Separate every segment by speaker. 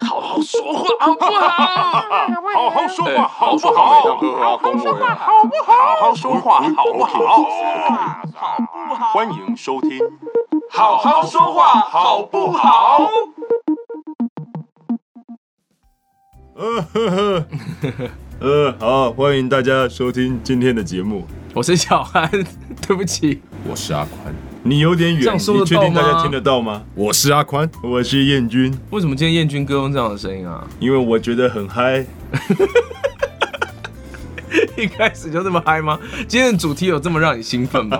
Speaker 1: 好说话好不好？
Speaker 2: 好好说
Speaker 1: 哎
Speaker 2: 话，好不
Speaker 1: 好
Speaker 2: 好？
Speaker 1: 好好说话，
Speaker 2: 好不好？好好说话，好不好？
Speaker 1: 好不好？
Speaker 2: 欢迎收听，
Speaker 1: 好好说话好不好？
Speaker 2: 呃呵呵，呃，好，欢迎大家收听今天的节目。
Speaker 3: 我是小韩，对不起，
Speaker 4: 我是阿宽，
Speaker 2: 你有点
Speaker 3: 这
Speaker 2: 远，
Speaker 3: 样说
Speaker 2: 你
Speaker 3: 得
Speaker 2: 确
Speaker 3: 到
Speaker 2: 定大家
Speaker 3: 吗
Speaker 2: 听得到吗？
Speaker 4: 我是阿宽，
Speaker 2: 我是燕君，
Speaker 3: 为什么今天燕君哥用这样的声音啊？
Speaker 2: 因为我觉得很嗨。
Speaker 3: 一开始就这么嗨吗？今天的主题有这么让你兴奋 吗？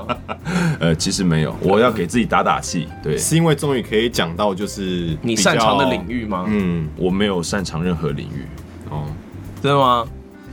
Speaker 4: 呃，其实没有，我要给自己打打气。对，
Speaker 5: 是因为终于可以讲到就是
Speaker 3: 你擅长的领
Speaker 5: 域，
Speaker 3: 域吗？
Speaker 5: 嗯，
Speaker 4: 我没有擅长任何领域。
Speaker 5: 哦，
Speaker 3: 真的吗？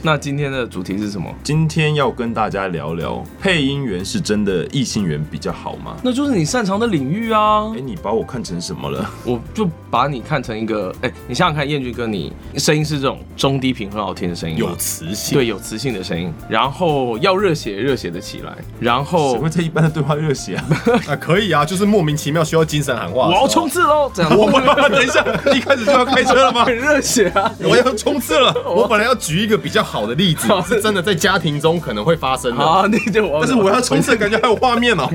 Speaker 3: 那今天的主题是什么？
Speaker 4: 今天要跟大家聊聊配音员是真的异性缘比较好吗？
Speaker 3: 那就是你擅长的领域啊
Speaker 4: 哎、！你把我看成什么了？
Speaker 3: 我就把你看成一个，哎、你想想看，燕君哥你，声音是这种中低频很好听的声音吗，
Speaker 5: 有磁性，
Speaker 3: 对有磁性的声音，然后要热血热血的起来，然
Speaker 4: 谁
Speaker 3: 后
Speaker 4: 会在一般的对话热血啊？
Speaker 5: 啊，可以啊，就是莫名其妙需要精神喊话，
Speaker 3: 我要冲，刺喽，这样
Speaker 5: 我 我等一下，一开始就要开车了吗？
Speaker 3: 很热血 啊！
Speaker 5: 我要冲刺 了，我本来要举一个比较好的例子，是真的在家庭中可能会发生的，
Speaker 3: 好，那就我，
Speaker 5: 但是我要冲刺，感觉还有画 面哦，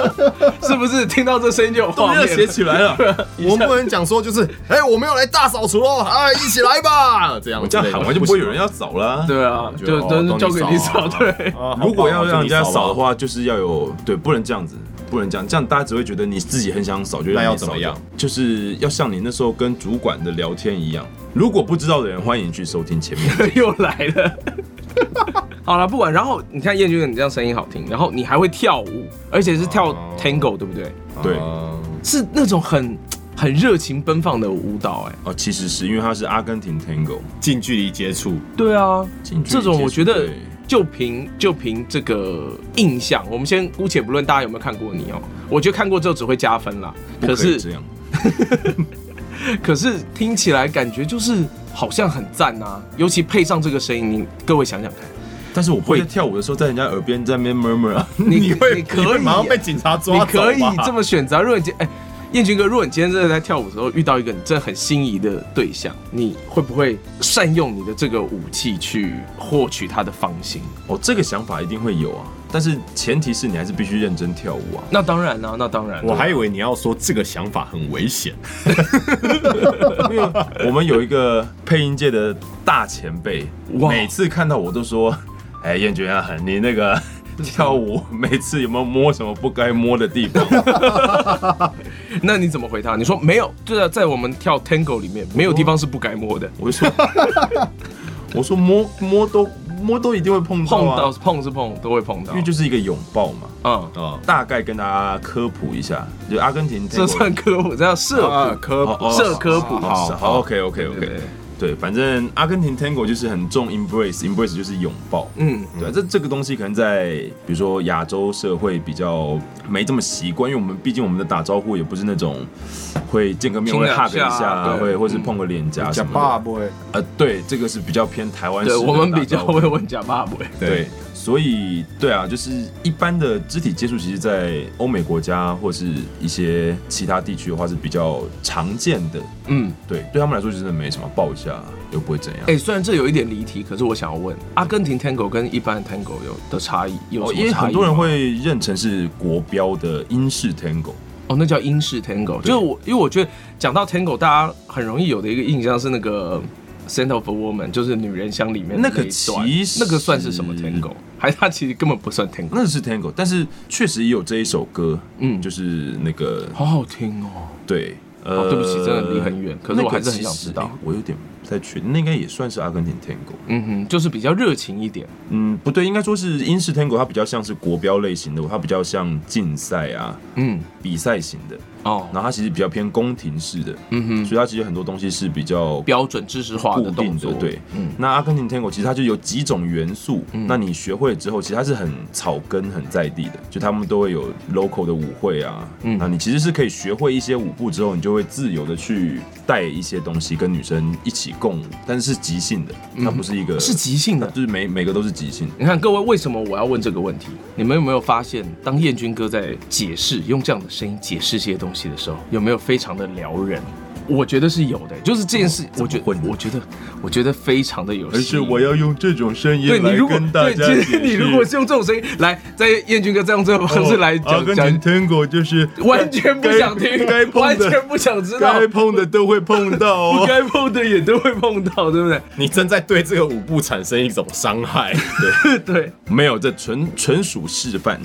Speaker 3: 是不是听到这声音就有
Speaker 4: 都
Speaker 3: 画
Speaker 4: 热
Speaker 3: 面
Speaker 4: 血
Speaker 3: 了？
Speaker 4: 起来 了！
Speaker 5: 我们不能讲说就是，哎，我们要来大扫除喽，啊，一起来吧，这样
Speaker 4: 我这样喊完就不会有人要扫啦。
Speaker 3: 对啊，哦
Speaker 5: 我觉得
Speaker 3: 就
Speaker 5: 哦
Speaker 3: 都
Speaker 5: 都
Speaker 3: 交
Speaker 5: 你
Speaker 3: 给
Speaker 5: 扫
Speaker 3: 你
Speaker 5: 啊
Speaker 3: 扫，对。
Speaker 4: 如果要让人家扫
Speaker 5: 扫
Speaker 4: 的，话，就是要有对，不能这样子，不能这样，这样大家只会觉得你自己很想扫，就让
Speaker 5: 那要
Speaker 4: 你扫
Speaker 5: 怎么
Speaker 4: 掉
Speaker 5: 样？
Speaker 4: 就是要像你那时候跟主管的聊天一样。如果不知道的人，欢迎去收听前面。
Speaker 3: 又来了。 好了，不管，然后你看燕君，你这样声音好听，然后你还会跳舞，而且是跳
Speaker 5: 哦
Speaker 3: tango，对不对？
Speaker 4: 对啊
Speaker 5: 嗯
Speaker 3: 是那种很很热情奔放的舞蹈、哎，
Speaker 4: 哦，其实是因为他是阿根廷 Tango，
Speaker 5: 近距离接触，
Speaker 3: 对啊，
Speaker 4: 近距离
Speaker 3: 这种我
Speaker 4: 接
Speaker 3: 觉
Speaker 4: 触
Speaker 3: 得
Speaker 4: 对
Speaker 3: 就凭就凭这个印象，我们先姑且不论大家有没有看过你哦、我觉得看过之后只会加分啦。
Speaker 4: 不
Speaker 3: 可
Speaker 4: 可以
Speaker 3: 是
Speaker 4: 这样。
Speaker 3: 可是听起来感觉就是好像很赞啊，尤其配上这个声音，你各位想想看，
Speaker 4: 但是我不会
Speaker 3: 会
Speaker 4: 在跳舞的时候在人家耳边在那边 murmur 啊，
Speaker 3: 你
Speaker 5: 会
Speaker 3: 你
Speaker 5: 你
Speaker 3: 可
Speaker 5: 会
Speaker 3: 以
Speaker 5: 马上被警察抓
Speaker 3: 你
Speaker 5: 走吧，
Speaker 3: 可以这么选择啊。如果你今哎、燕君哥，如果你今天真的在跳舞的时候遇到一个你真的很心仪的对象，你会不会善用你的这个武器去获取他的芳心？
Speaker 4: 哦，这个想法一定会有啊。但是前提是你还是必须认真跳舞啊。
Speaker 3: 那当然啦、那当然、啊
Speaker 5: 我还以为你要说这个想法很危险，
Speaker 4: 因为我们有一个配音界的大前辈，
Speaker 3: 哇
Speaker 4: 每次看到我都说：“ 哎，燕君啊，你那 个跳舞每次有没有摸什么不该摸的地 方，
Speaker 3: 那你怎么回他？你说没有，对啊，在我们跳 tango 里面，没有地方是不该摸的？”
Speaker 4: 我就说：“我说摸摸都摸都一定会碰到
Speaker 3: 碰
Speaker 4: 啊，
Speaker 3: 到碰是碰，都会碰到
Speaker 4: 因为。就是一个拥抱嘛。”
Speaker 3: 嗯，
Speaker 5: 啊
Speaker 4: 大概跟大家科普一下，就阿根廷
Speaker 3: 这算科普，这叫社
Speaker 5: 啊，
Speaker 3: 普。
Speaker 5: 科
Speaker 4: 哦
Speaker 5: 普
Speaker 4: 哦
Speaker 3: 社科普
Speaker 4: 好好好，OK OK
Speaker 3: 对对
Speaker 4: OK，
Speaker 3: 对
Speaker 4: 对，反正阿根廷 Tango 就是很重 embrace，embrace 就是拥抱，
Speaker 3: 嗯，
Speaker 4: 对啊，这这个东西可能在比如说亚洲社会比较没这么习惯，因为我们毕竟我们的打招呼也不是那种会见个面
Speaker 3: 亲
Speaker 4: 会
Speaker 3: 两
Speaker 4: hug 一
Speaker 3: 下
Speaker 4: 下，啊
Speaker 3: 对嗯
Speaker 4: 会或是碰个脸颊什么
Speaker 5: 不会，
Speaker 4: 的，呃，对，这个是比较偏台湾式
Speaker 3: 对
Speaker 4: 的
Speaker 3: 我们
Speaker 4: 打
Speaker 3: 比较
Speaker 4: 招呼
Speaker 3: 会问假爸不会。
Speaker 4: 对，所以对啊，就是一般的肢体接触，其实，在欧美国家或是一些其他地区的话是比较常见的。
Speaker 3: 嗯，
Speaker 4: 对，对他们来说就真的没什么，抱一下又不会怎样。
Speaker 3: 哎、虽然这有一点离题，可是我想要问，阿根廷 Tango 跟一般的 Tango 有的差异有
Speaker 4: 哦，
Speaker 3: 什么差异吗？
Speaker 4: 因为很多人会认成是国标的英式 Tango，
Speaker 3: 哦，那叫英式 Tango，就是我因为我觉得讲到 Tango，大家很容易有的一个印象是那个。Scent of a Woman 就是女人香里面的
Speaker 4: 那个
Speaker 3: 一段
Speaker 4: 其实
Speaker 3: 那个算是什么 Tango？还是它其实根本不算 Tango？
Speaker 4: 那是 Tango，但是确实也有这一首歌，
Speaker 3: 嗯
Speaker 4: 就是那个
Speaker 3: 好好听哦。
Speaker 4: 对，呃、
Speaker 3: 哦对不起真的离很远可是我还是很想知
Speaker 4: 那
Speaker 3: 道
Speaker 4: 个其实哎我有点不太确定，那应该也算是阿根廷 Tango。
Speaker 3: 嗯哼，就是比较热情一点。
Speaker 4: 嗯，不对，应该说是英式 Tango，它比较像是国标类型的，它比较像竞赛啊、
Speaker 3: 嗯，
Speaker 4: 比赛型的，
Speaker 3: 哦，
Speaker 4: 然后它其实比较偏宫廷式的，
Speaker 3: 嗯哼，
Speaker 4: 所以它其实很多东西是比较
Speaker 3: 标准知识化
Speaker 4: 固
Speaker 3: 的动
Speaker 4: 定
Speaker 3: 作，
Speaker 4: 的。对，
Speaker 3: 嗯
Speaker 4: 那阿根廷 Tango 其实它就有几种元素，
Speaker 3: 嗯
Speaker 4: 那你学会了之后，其实它是很草根、很在地的，就他们都会有 local 的舞会啊，
Speaker 3: 嗯
Speaker 4: 那你其实是可以学会一些舞步之后，你就会自由的去带一些东西跟女生一起共舞，但是是即兴的，
Speaker 2: 嗯
Speaker 4: 它不是一个、
Speaker 3: 是即兴的。
Speaker 4: 就是每每个都是即兴的。
Speaker 3: 你看各位，为什么我要问这个问题？你们有没有发现，当彦君哥在解释用这样的声音解释这些东西的时候，有没有非常的撩人？我觉得是有的，就是这件事，我觉得，
Speaker 4: 会呢
Speaker 3: 我觉得，我觉得非常的有
Speaker 2: 而
Speaker 3: 吸
Speaker 2: 是
Speaker 3: 引力。
Speaker 2: 我要用这种声音
Speaker 3: 对你
Speaker 2: 来
Speaker 3: 如果
Speaker 2: 跟大
Speaker 3: 对，
Speaker 2: 家
Speaker 3: 其
Speaker 2: 解
Speaker 3: 实
Speaker 2: 释。
Speaker 3: 你如果是用这种声音来，在燕军哥再用这种方式来
Speaker 2: 哦阿
Speaker 3: 讲
Speaker 2: 根
Speaker 3: 讲
Speaker 2: 廷 Tango 就是
Speaker 3: 完全不想听
Speaker 2: 该该，碰
Speaker 3: 完
Speaker 2: 的
Speaker 3: 全不想知道，
Speaker 2: 该碰的都会碰到
Speaker 3: 不
Speaker 2: 哦。
Speaker 3: 该碰的也都会碰到，对不对？
Speaker 5: 你正在对这个舞步产生一种伤害。对，
Speaker 3: 对
Speaker 4: 没有，这纯纯属示范。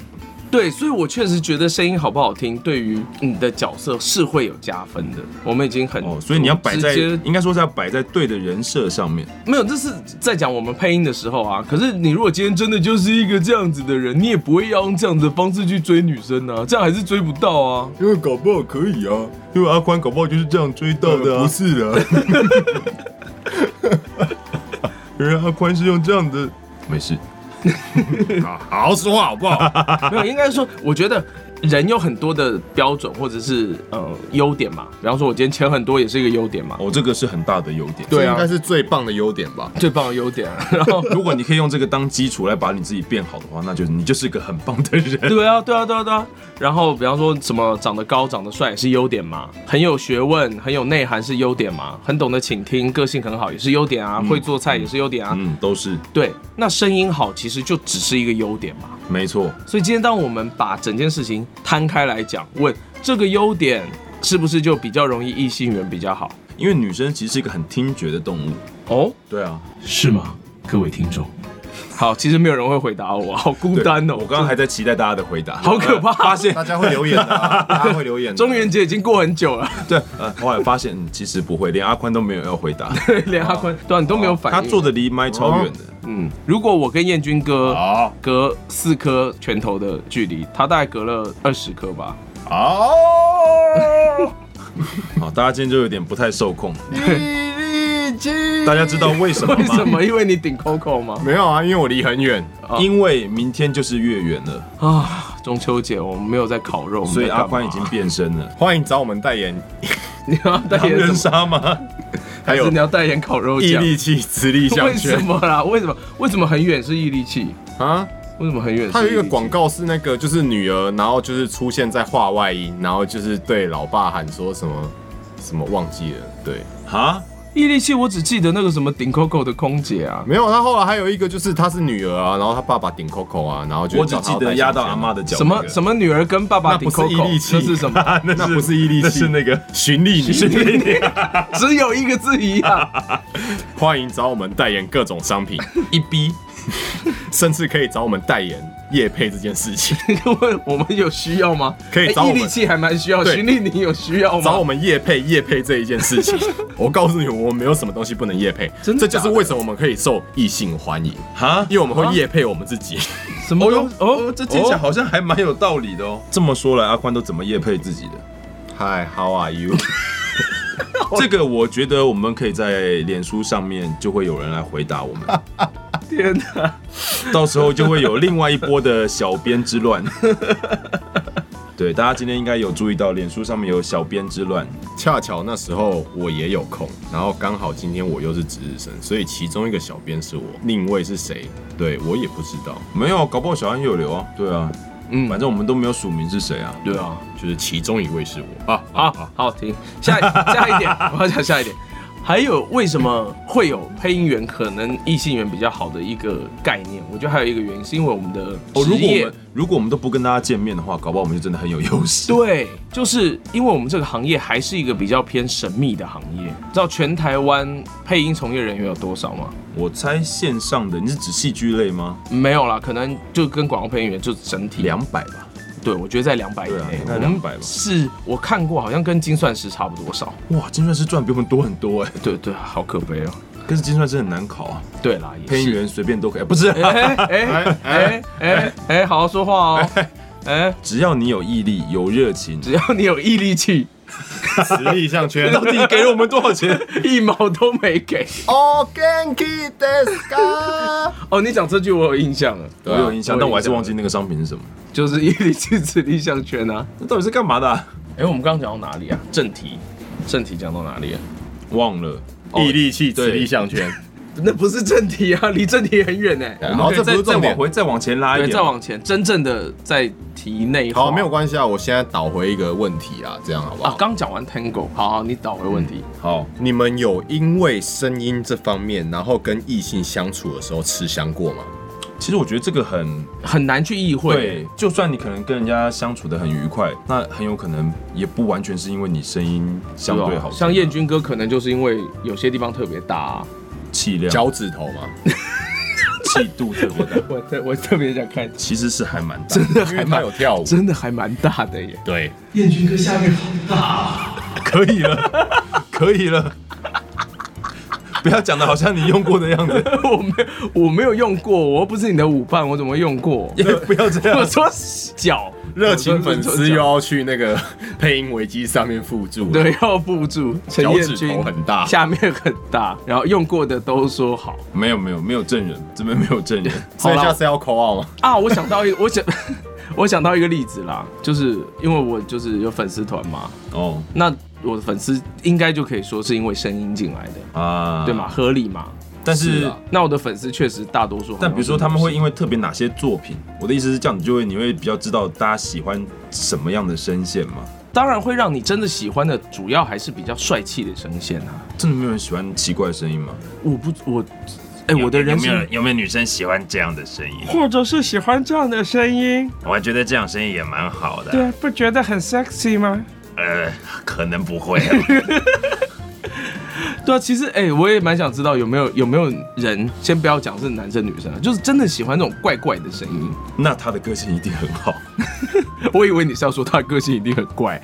Speaker 3: 对，所以我确实觉得声音好不好听，对于你的角色是会有加分的。我们已经很
Speaker 4: 哦，所以你要摆在，
Speaker 3: 直接
Speaker 4: 应该说是要摆在对的人设上面。
Speaker 3: 没有，这是在讲我们配音的时候啊。可是你如果今天真的就是一个这样子的人，你也不会要用这样子的方式去追女生啊，这样还是追不 到啊。
Speaker 2: 因为搞不好可以啊，因为阿宽搞不好就是这样追到的、啊。
Speaker 5: 呃不
Speaker 2: 是的，原来阿宽是用这样的。
Speaker 4: 没事，
Speaker 5: 好好说话好不好？
Speaker 3: 没有，应该说，我觉得人有很多的标准或者是呃优点嘛。比方说，我今天钱很多也是一个优点嘛。
Speaker 4: 哦，这个是很大的优点。
Speaker 3: 对
Speaker 5: 这
Speaker 3: 啊
Speaker 5: 应该是最棒的优点吧。
Speaker 3: 最棒的优点啊，然后
Speaker 4: 如果你可以用这个当基础来把你自己变好的话，那就你就是个很棒的人。
Speaker 3: 对啊，对啊，对啊，对啊。然后比方说什么长得高、长得帅也是优点嘛，很有学问、很有内涵是优点嘛，很懂得倾听、个性很好也是优点啊，会做菜也是优点啊。
Speaker 4: 嗯，都是
Speaker 3: 对，那声音好其实就只是一个优点嘛。
Speaker 4: 没错。
Speaker 3: 所以今天当我们把整件事情摊开来讲，问这个优点是不是就比较容易异性缘比较好？
Speaker 4: 因为女生其实是一个很听觉的动物。
Speaker 3: 哦，
Speaker 4: 对啊，
Speaker 3: 是吗？各位听众，好，其实没有人会回答我，好孤单哦。
Speaker 4: 我刚刚还在期待大家的回 答。
Speaker 3: 好可怕
Speaker 4: 发现
Speaker 5: 大家会留言的 啊，大家会留言的。
Speaker 3: 中元节已经过很久了，
Speaker 4: 对，呃，后来发现嗯其实不会，连阿宽都没有要回 答，
Speaker 3: 连阿坤对啊，你都没有反应。
Speaker 4: 他坐的离麦超远的。
Speaker 3: 嗯，如果我跟彦君哥
Speaker 5: 好，
Speaker 3: 隔四颗拳头的距离，他大概隔了二十颗吧。
Speaker 5: 好，
Speaker 4: 好，大家今天就有点不太受控。
Speaker 5: 一起
Speaker 4: 大家知道为什么哦
Speaker 3: 为什
Speaker 4: 吗？
Speaker 3: 么？因为你顶 Coco 吗？
Speaker 5: 没有啊，因为我离很远。
Speaker 4: 因为明天就是月圆了，
Speaker 3: 啊，中秋节我们没有在烤肉，我们
Speaker 4: 所以
Speaker 3: 在干
Speaker 4: 阿
Speaker 3: 嘛
Speaker 4: 宽已经变身了。
Speaker 5: 欢迎找我们代 言，
Speaker 3: 你要代
Speaker 4: 狼
Speaker 3: 言
Speaker 4: 人
Speaker 3: 什么？
Speaker 4: 杀吗？
Speaker 5: 还
Speaker 3: 还是
Speaker 5: 有
Speaker 3: 你要代言烤肉
Speaker 5: 毅
Speaker 3: 酱？
Speaker 5: 力器、磁力项
Speaker 3: 为什
Speaker 5: 圈
Speaker 3: 么啦？为什么？为什么很远是毅力器？
Speaker 5: 啊。
Speaker 3: 为什么很远？
Speaker 5: 他有一个广，告是那个，就是女儿，然后就是出现在画外音，然后就是对老爸喊说什么什么忘记了，对，
Speaker 4: 啊？
Speaker 3: 毅力器我只记得那个什么顶 Coco 的空姐啊，
Speaker 5: 没有。他后来还有一个就是她是女儿啊，然后她爸爸顶 Coco 啊，然后就
Speaker 4: 我只记得压到阿妈
Speaker 5: 妈，
Speaker 4: 的脚
Speaker 3: 什
Speaker 4: 那
Speaker 3: 么
Speaker 4: 个。
Speaker 3: 什么女儿跟爸爸
Speaker 5: 那
Speaker 3: 顶
Speaker 5: 不是毅
Speaker 3: Coco，
Speaker 5: 力器
Speaker 3: 这是什么？
Speaker 5: 那不是毅力
Speaker 4: 那
Speaker 5: 器
Speaker 4: 是，那个
Speaker 5: 寻觅你，
Speaker 3: 只有一个字一样。
Speaker 5: 欢迎找我们代言各种商品，
Speaker 4: 一逼，
Speaker 5: 甚至可以找我们代言叶配这件事情，
Speaker 3: 因为我们有需要吗？
Speaker 5: 可以
Speaker 3: 哎
Speaker 5: 找我
Speaker 3: 毅
Speaker 5: 们
Speaker 3: 力器还蛮需要，
Speaker 5: 对
Speaker 3: 徐丽你有需要吗？
Speaker 5: 找我们叶配叶配这一件事 情。我告诉你，我们没有什么东西不能叶配，
Speaker 3: 真
Speaker 5: 这
Speaker 3: 的
Speaker 5: 就是为什么我们可以受异性欢迎，
Speaker 4: 哈？
Speaker 5: 因为我们会叶配我们自己。
Speaker 3: 什么东？
Speaker 4: 哦，
Speaker 3: 哦，
Speaker 4: 这听起来好像还蛮有道理的哦。这么说来，阿宽都怎么夜配自己的？
Speaker 5: Hi，How are you？
Speaker 4: 这个我觉得我们可以在脸书上面就会有人来回答我们，
Speaker 3: 天哪！
Speaker 4: 到时候就会有另外一波的小编之 乱。对，大家今天应该有注意到，脸书上面有小编之乱，
Speaker 5: 恰巧那时候我也有空，然后刚好今天我又是值日生，所以其中一个小编是我，另一位是谁？对我也不知道，
Speaker 4: 没有，搞不好小安又有流啊。对啊，
Speaker 3: 嗯
Speaker 4: 反正我们都没有署名是谁啊。
Speaker 3: 对啊，
Speaker 5: 就是其中一位是我啊啊！
Speaker 3: 好好停，下一下一点，我要讲下一点。还有为什么会有配音员可能异性缘比较好的一个概念？我觉得还有一个原因是因为我们的
Speaker 4: 哦，
Speaker 3: 职
Speaker 4: 如果我
Speaker 3: 业，
Speaker 4: 们如果我们都不跟大家见面的话，搞不好我们就真的很有优势。
Speaker 3: 对，就是因为我们这个行业还是一个比较偏神秘的行业。你知道全台湾配音从业人员有多少吗？
Speaker 4: 我猜线上的你是指戏剧类吗？
Speaker 3: 没有啦，可能就跟广告配音员就整体
Speaker 4: 两百吧。
Speaker 3: 对，我觉得在两百以
Speaker 4: 对啊
Speaker 3: 内
Speaker 4: 应，该
Speaker 3: 我们
Speaker 4: 200吧
Speaker 3: 是我看过，好像跟精算师差不多少。
Speaker 4: 哇，精算师赚比我们多很多 哎、
Speaker 3: 对对，好可悲哦。
Speaker 4: 可是精算师很难考啊，
Speaker 3: 对啦，也
Speaker 4: 配音
Speaker 3: 是。
Speaker 4: 员随便都可以，不是、
Speaker 3: 哎哎哎哎哎，好好说话哦。哎，
Speaker 4: 只要你有毅力、有热 情，
Speaker 3: 只要你有毅力气，
Speaker 5: 实力项 圈
Speaker 4: 到底给了我们多少钱？
Speaker 3: 一毛都没给。
Speaker 5: ，O Genki Deska，
Speaker 3: 哦，你讲这句我有印象了，
Speaker 4: 我有印象，
Speaker 3: 我有印象
Speaker 4: 啊但我还是忘记那个商品是什么。
Speaker 3: 就是毅力气磁力项圈啊。
Speaker 4: 那到底是干嘛的啊、
Speaker 3: 哎，我们刚刚讲到哪里啊？正题，正题讲到哪里了？
Speaker 4: 忘了。
Speaker 5: 毅力器
Speaker 4: 对
Speaker 5: 实力项圈，
Speaker 3: 那不是正题啊，离正题很远呢。
Speaker 5: 然
Speaker 4: 然后
Speaker 5: 后
Speaker 4: 再
Speaker 5: 这不
Speaker 4: 再
Speaker 5: 是重
Speaker 4: 再往
Speaker 5: 点，
Speaker 4: 回再往前拉一
Speaker 3: 对，
Speaker 4: 点，
Speaker 3: 再往前，真正的在题内化
Speaker 5: 好，没有关系啊，我现在倒回一个问题啊，这样好不
Speaker 3: 啊
Speaker 5: 好？。
Speaker 3: 刚讲完 Tango，好好，你倒回问题。
Speaker 4: 好，
Speaker 5: 你们有因为声音这方面，然后跟异性相处的时候吃香过吗？
Speaker 4: 其实我觉得这个很
Speaker 3: 很难去意会
Speaker 4: 对，就算你可能跟人家相处的很愉快，那很有可能也不完全是因为你声音相对
Speaker 3: 吧
Speaker 4: 好听啊，
Speaker 3: 像燕军哥可能就是因为有些地方特别大、啊。
Speaker 4: 气量、
Speaker 5: 脚趾头吗？
Speaker 4: 气度特别 大，
Speaker 3: 我特我特别想看，
Speaker 4: 其实是还蛮大的
Speaker 3: 真的
Speaker 5: 因
Speaker 3: 还
Speaker 5: 为他
Speaker 3: 蛮
Speaker 5: 有跳舞。
Speaker 3: 真的还蛮大的耶。
Speaker 5: 对，
Speaker 4: 可以了，可以了， 不要讲的好像你用过的样子，
Speaker 3: 我没我没有用过，我又不是你的舞伴，我怎么会用过？
Speaker 4: 也不要这
Speaker 3: 我
Speaker 4: 样。
Speaker 3: 说脚，
Speaker 5: 热情粉丝又
Speaker 3: 哟，
Speaker 5: 要去那个配音维基上面附注。
Speaker 3: 对，要附注。陈
Speaker 5: 脚
Speaker 3: 彦
Speaker 5: 趾
Speaker 3: 君
Speaker 5: 头很大
Speaker 3: 下面很大，然后用过的都说好
Speaker 4: 没有没有没有证人，这边没有 证人。
Speaker 5: 所以下次要扣二吗？
Speaker 3: 啊。我想到一，我 想我想到一个例子啦，就是因为我就是有粉丝团嘛，
Speaker 4: 哦
Speaker 3: 那我的粉丝应该就可以说是因为声音进来的，
Speaker 4: 啊，
Speaker 3: 对吗？？合理嘛？
Speaker 4: 但是，啊
Speaker 3: 那我的粉丝确实大多数好像是女性，
Speaker 4: 但比如说他们会因为特别哪些作品，我的意思是这样，你就会你会比较知道大家喜欢什么样的声线嘛？
Speaker 3: 当然会让你真的喜欢的，主要还是比较帅气的声线啊。
Speaker 4: 真的没有人喜欢奇怪的声音吗？
Speaker 3: 我不我，哎、我的人生
Speaker 4: 有没有女生喜欢这样的声音？
Speaker 3: 或者是喜欢这样的声音，
Speaker 4: 我觉得这样声音也蛮好的。，
Speaker 3: 对，不觉得很 sexy 吗？
Speaker 4: 呃，可能不 会。
Speaker 3: 对啊，其实哎、我也蛮想知道有没有有没有人，先不要讲是男生女生啊，就是真的喜欢那种怪怪的声音。
Speaker 4: 那他的个性一定很好，
Speaker 3: 我以为你是要说他的个性一定很怪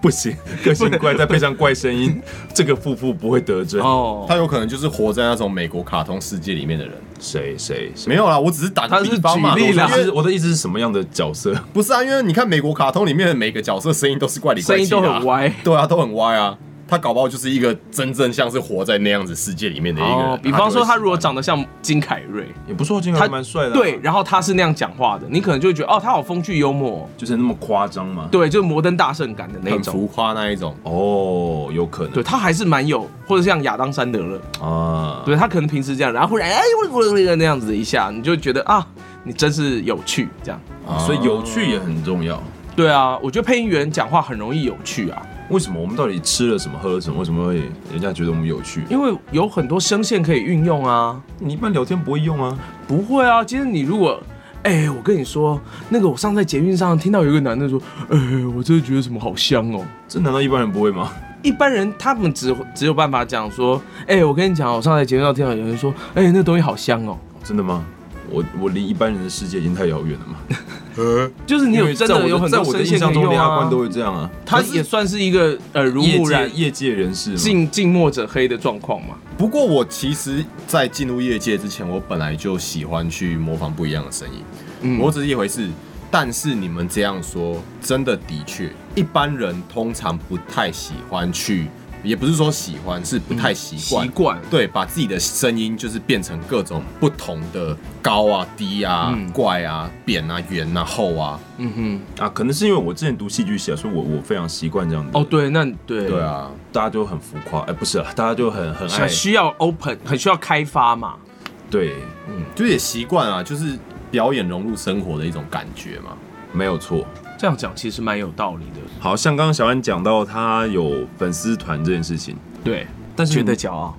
Speaker 4: 不行，个性怪再配上怪声音，这个夫妇不会得罪。
Speaker 3: 哦，
Speaker 5: 他有可能就是活在那种美国卡通世界里面的人。
Speaker 4: 谁谁谁？
Speaker 5: 没有啦，我只是打个
Speaker 3: 他是
Speaker 5: 比方嘛。
Speaker 3: 举例
Speaker 5: 我
Speaker 3: 啦
Speaker 5: 说因
Speaker 4: 是
Speaker 5: 为
Speaker 4: 我的意思是什么样的角色？
Speaker 5: 不是啊，因为你看美国卡通里面的每个角色声音都是怪里怪
Speaker 3: 声
Speaker 5: 气
Speaker 3: 音
Speaker 5: 的、
Speaker 3: 都很。歪。
Speaker 5: 对啊，都很歪啊。他搞不好就是一个真正像是活在那样子世界里面的一个人。
Speaker 3: 哦，比方说他如果
Speaker 5: 长，
Speaker 3: 长得像金凯瑞，
Speaker 4: 也不错，金凯
Speaker 3: 他
Speaker 4: 瑞蛮帅的、啊
Speaker 3: 对，，然后他是那样讲话的，你可能就会觉得哦，他好风趣幽默，哦
Speaker 4: 就是那么夸张吗？
Speaker 3: 对，就是摩登大圣感的那
Speaker 5: 很
Speaker 3: 种。
Speaker 5: 浮夸那一种，
Speaker 4: 哦，有可能
Speaker 3: 对他还是蛮有，或者像亚当·山德勒，
Speaker 4: 啊。
Speaker 3: 对他可能平时这样，然后忽然哎我我我那样子一下，你就觉得啊，你真是有趣这样。
Speaker 4: 啊所以有趣也很重要。
Speaker 3: 对啊，我觉得配音员讲话很容易有趣啊，
Speaker 4: 为什么我们到底吃了什么，喝了什么？为什么会人家觉得我们有趣？
Speaker 3: 因为有很多声线可以运用啊。
Speaker 4: 你一般聊天不会用啊。
Speaker 3: 不会啊，今天你如果。哎、我跟你说，那个我上次在捷运上听到有一个男的说，哎、我真的觉得什么好香哦。
Speaker 4: 这难道一般人不会吗？
Speaker 3: 一般人他们只只有办法讲说，哎、我跟你讲，我上次在捷运上听到有人说，哎、那东西好香哦。
Speaker 4: 真的吗？我我离一般人的世界已经太遥远了嘛。
Speaker 3: 就是你
Speaker 4: 因
Speaker 3: 有
Speaker 4: 为
Speaker 3: 真
Speaker 4: 在我
Speaker 3: 的有很
Speaker 4: 在
Speaker 3: 多
Speaker 4: 我的
Speaker 3: 声
Speaker 4: 印
Speaker 3: 线可
Speaker 4: 象
Speaker 3: 以
Speaker 4: 中，
Speaker 3: 用
Speaker 4: 连阿
Speaker 3: 啊
Speaker 4: 关。都会这样啊。
Speaker 3: 他也算是一个呃耳濡
Speaker 4: 业
Speaker 3: 目染
Speaker 4: 界、业界人士嘛，
Speaker 3: 近近墨者黑的状况嘛。
Speaker 5: 不过我其实，在进入业界之前，我本来就喜欢去模仿不一样的声音，
Speaker 3: 嗯
Speaker 5: 我只是一回事。但是你们这样说，真的的确，一般人通常不太喜欢去，也不是说喜欢，是不太习惯。
Speaker 3: 嗯习惯
Speaker 5: 对，把自己的声音就是变成各种不同的高啊、低啊、
Speaker 3: 嗯
Speaker 5: 怪啊、扁啊、圆啊、厚啊。
Speaker 3: 嗯
Speaker 4: 啊，可能是因为我之前读戏剧系啊，所以我我非常习惯这样的。
Speaker 3: 哼，哦，，对，那对
Speaker 5: 对，啊，
Speaker 4: 大家就很浮夸，哎、不是啊，大家就很很爱
Speaker 3: 很，需要 open，很需要开发嘛。
Speaker 4: 对，
Speaker 5: 就是也习惯啊，就是表演融入生活的一种感觉嘛。
Speaker 4: 没有错。
Speaker 3: 这样讲其实蛮有道理的，
Speaker 4: 好像刚刚小安讲到他有粉丝团这件事情，
Speaker 3: 对，
Speaker 4: 但是
Speaker 3: 觉
Speaker 4: 你
Speaker 3: 得骄傲。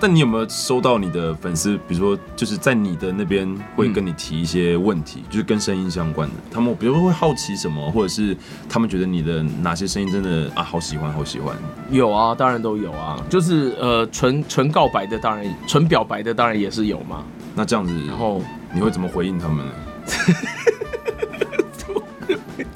Speaker 4: 但你有没有收到你的粉丝，比如说就是在你的那边会跟你提一些问题，
Speaker 3: 嗯
Speaker 4: 就是跟声音相关的，他们比如说会好奇什么，或者是他们觉得你的哪些声音真的啊好喜欢，好喜欢，
Speaker 3: 有啊，当然都有啊，就是呃，纯纯告白的当然，纯表白的当然也是有嘛。
Speaker 4: 那这样子，
Speaker 3: 然后
Speaker 4: 你会怎么回应他们呢？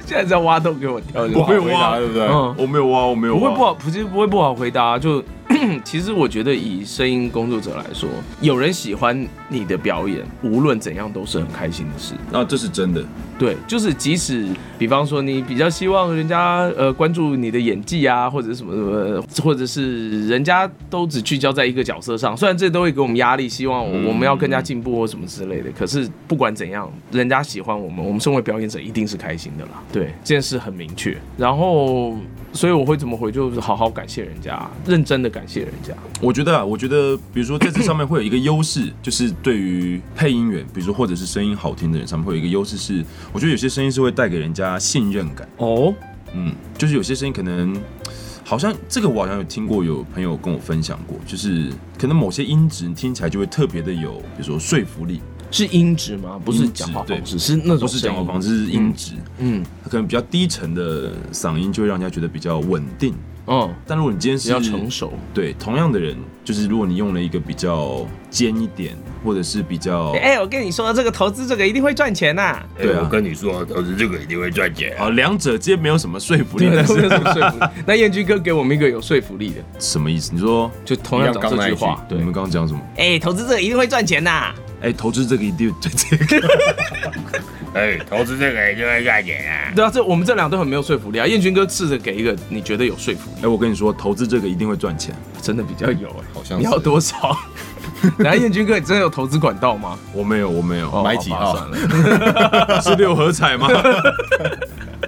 Speaker 3: 现在在挖洞给我跳，
Speaker 5: 不好
Speaker 4: 会
Speaker 5: 回答，对不对？
Speaker 3: 嗯，
Speaker 4: 我没有啊，我没有、啊，
Speaker 3: 不会不好，不是不会不好回答、啊就 其实我觉得以声音工作者来说，有人喜欢你的表演，无论怎样都是很开心的事。
Speaker 4: 啊，这是真的。
Speaker 3: 对，就是即使比方说你比较希望人家呃关注你的演技啊，或者是什么什么，或者是人家都只聚焦在一个角色上，虽然这都会给我们压力，希望
Speaker 4: 嗯
Speaker 3: 我我们要更加进步或什么之类的，可是不管怎样，人家喜欢我们，我们身为表演者一定是开心的啦。对，这件事很明确。然后，所以我会怎么回，就是好好感谢人家，认真的感谢。谢人家？
Speaker 4: 我觉得啊，我觉得，比如说在这上面会有一个优 势，就是对于配音员，比如说或者是声音好听的人上面会有一个优势是，我觉得有些声音是会带给人家信任感。
Speaker 3: 哦，
Speaker 4: 嗯，就是有些声音可能好像这个我好像有听过，有朋友跟我分享过，就是可能某些音质听起来就会特别的有，比如说说服力，
Speaker 3: 是音质吗？不是
Speaker 4: 音质
Speaker 3: 讲话方式，
Speaker 4: 对
Speaker 3: 是那种
Speaker 4: 不是讲话
Speaker 3: 声音
Speaker 4: 方式，是音质，
Speaker 3: 嗯，
Speaker 4: 它可能比较低沉的嗓音就会让人家觉得比较稳定。
Speaker 3: 哦，
Speaker 4: 但如果你今天
Speaker 3: 比
Speaker 4: 是
Speaker 3: 较成熟，
Speaker 4: 对，同样的人，就是如果你用了一个比较尖一点，或者是比较
Speaker 3: 哎、我跟你说，这个投资这个一定会赚钱呐、
Speaker 4: 对啊
Speaker 6: 哎我跟你说，投资这个一定会赚钱。
Speaker 4: 啊，两者间没有什么说服力，但
Speaker 3: 都没有
Speaker 4: 是
Speaker 3: 什么说服力。那燕居哥给我们一个有说服力的，
Speaker 4: 什么意思？你说
Speaker 3: 就同样
Speaker 5: 一样
Speaker 3: 讲这
Speaker 5: 刚那
Speaker 3: 句
Speaker 5: 一
Speaker 3: 话，
Speaker 4: 你们刚刚讲什么？
Speaker 3: 哎、投资这个一定会赚钱呐、
Speaker 4: 哎，投资这个一定 对这个，
Speaker 6: 哎，投资这个一定会赚钱啊！
Speaker 3: 对啊，这我们这俩都很没有说服力啊。燕军哥试着给一个你觉得有说服力，
Speaker 4: 哎，我跟你说，投资这个一定会赚钱。
Speaker 3: 真的比较有哎、
Speaker 5: 好像
Speaker 3: 你
Speaker 5: 是
Speaker 3: 要多 少？然后燕军哥，你真的有投资管道吗？
Speaker 4: 我没有，我没有，
Speaker 5: 买几号？
Speaker 4: 是六合彩吗？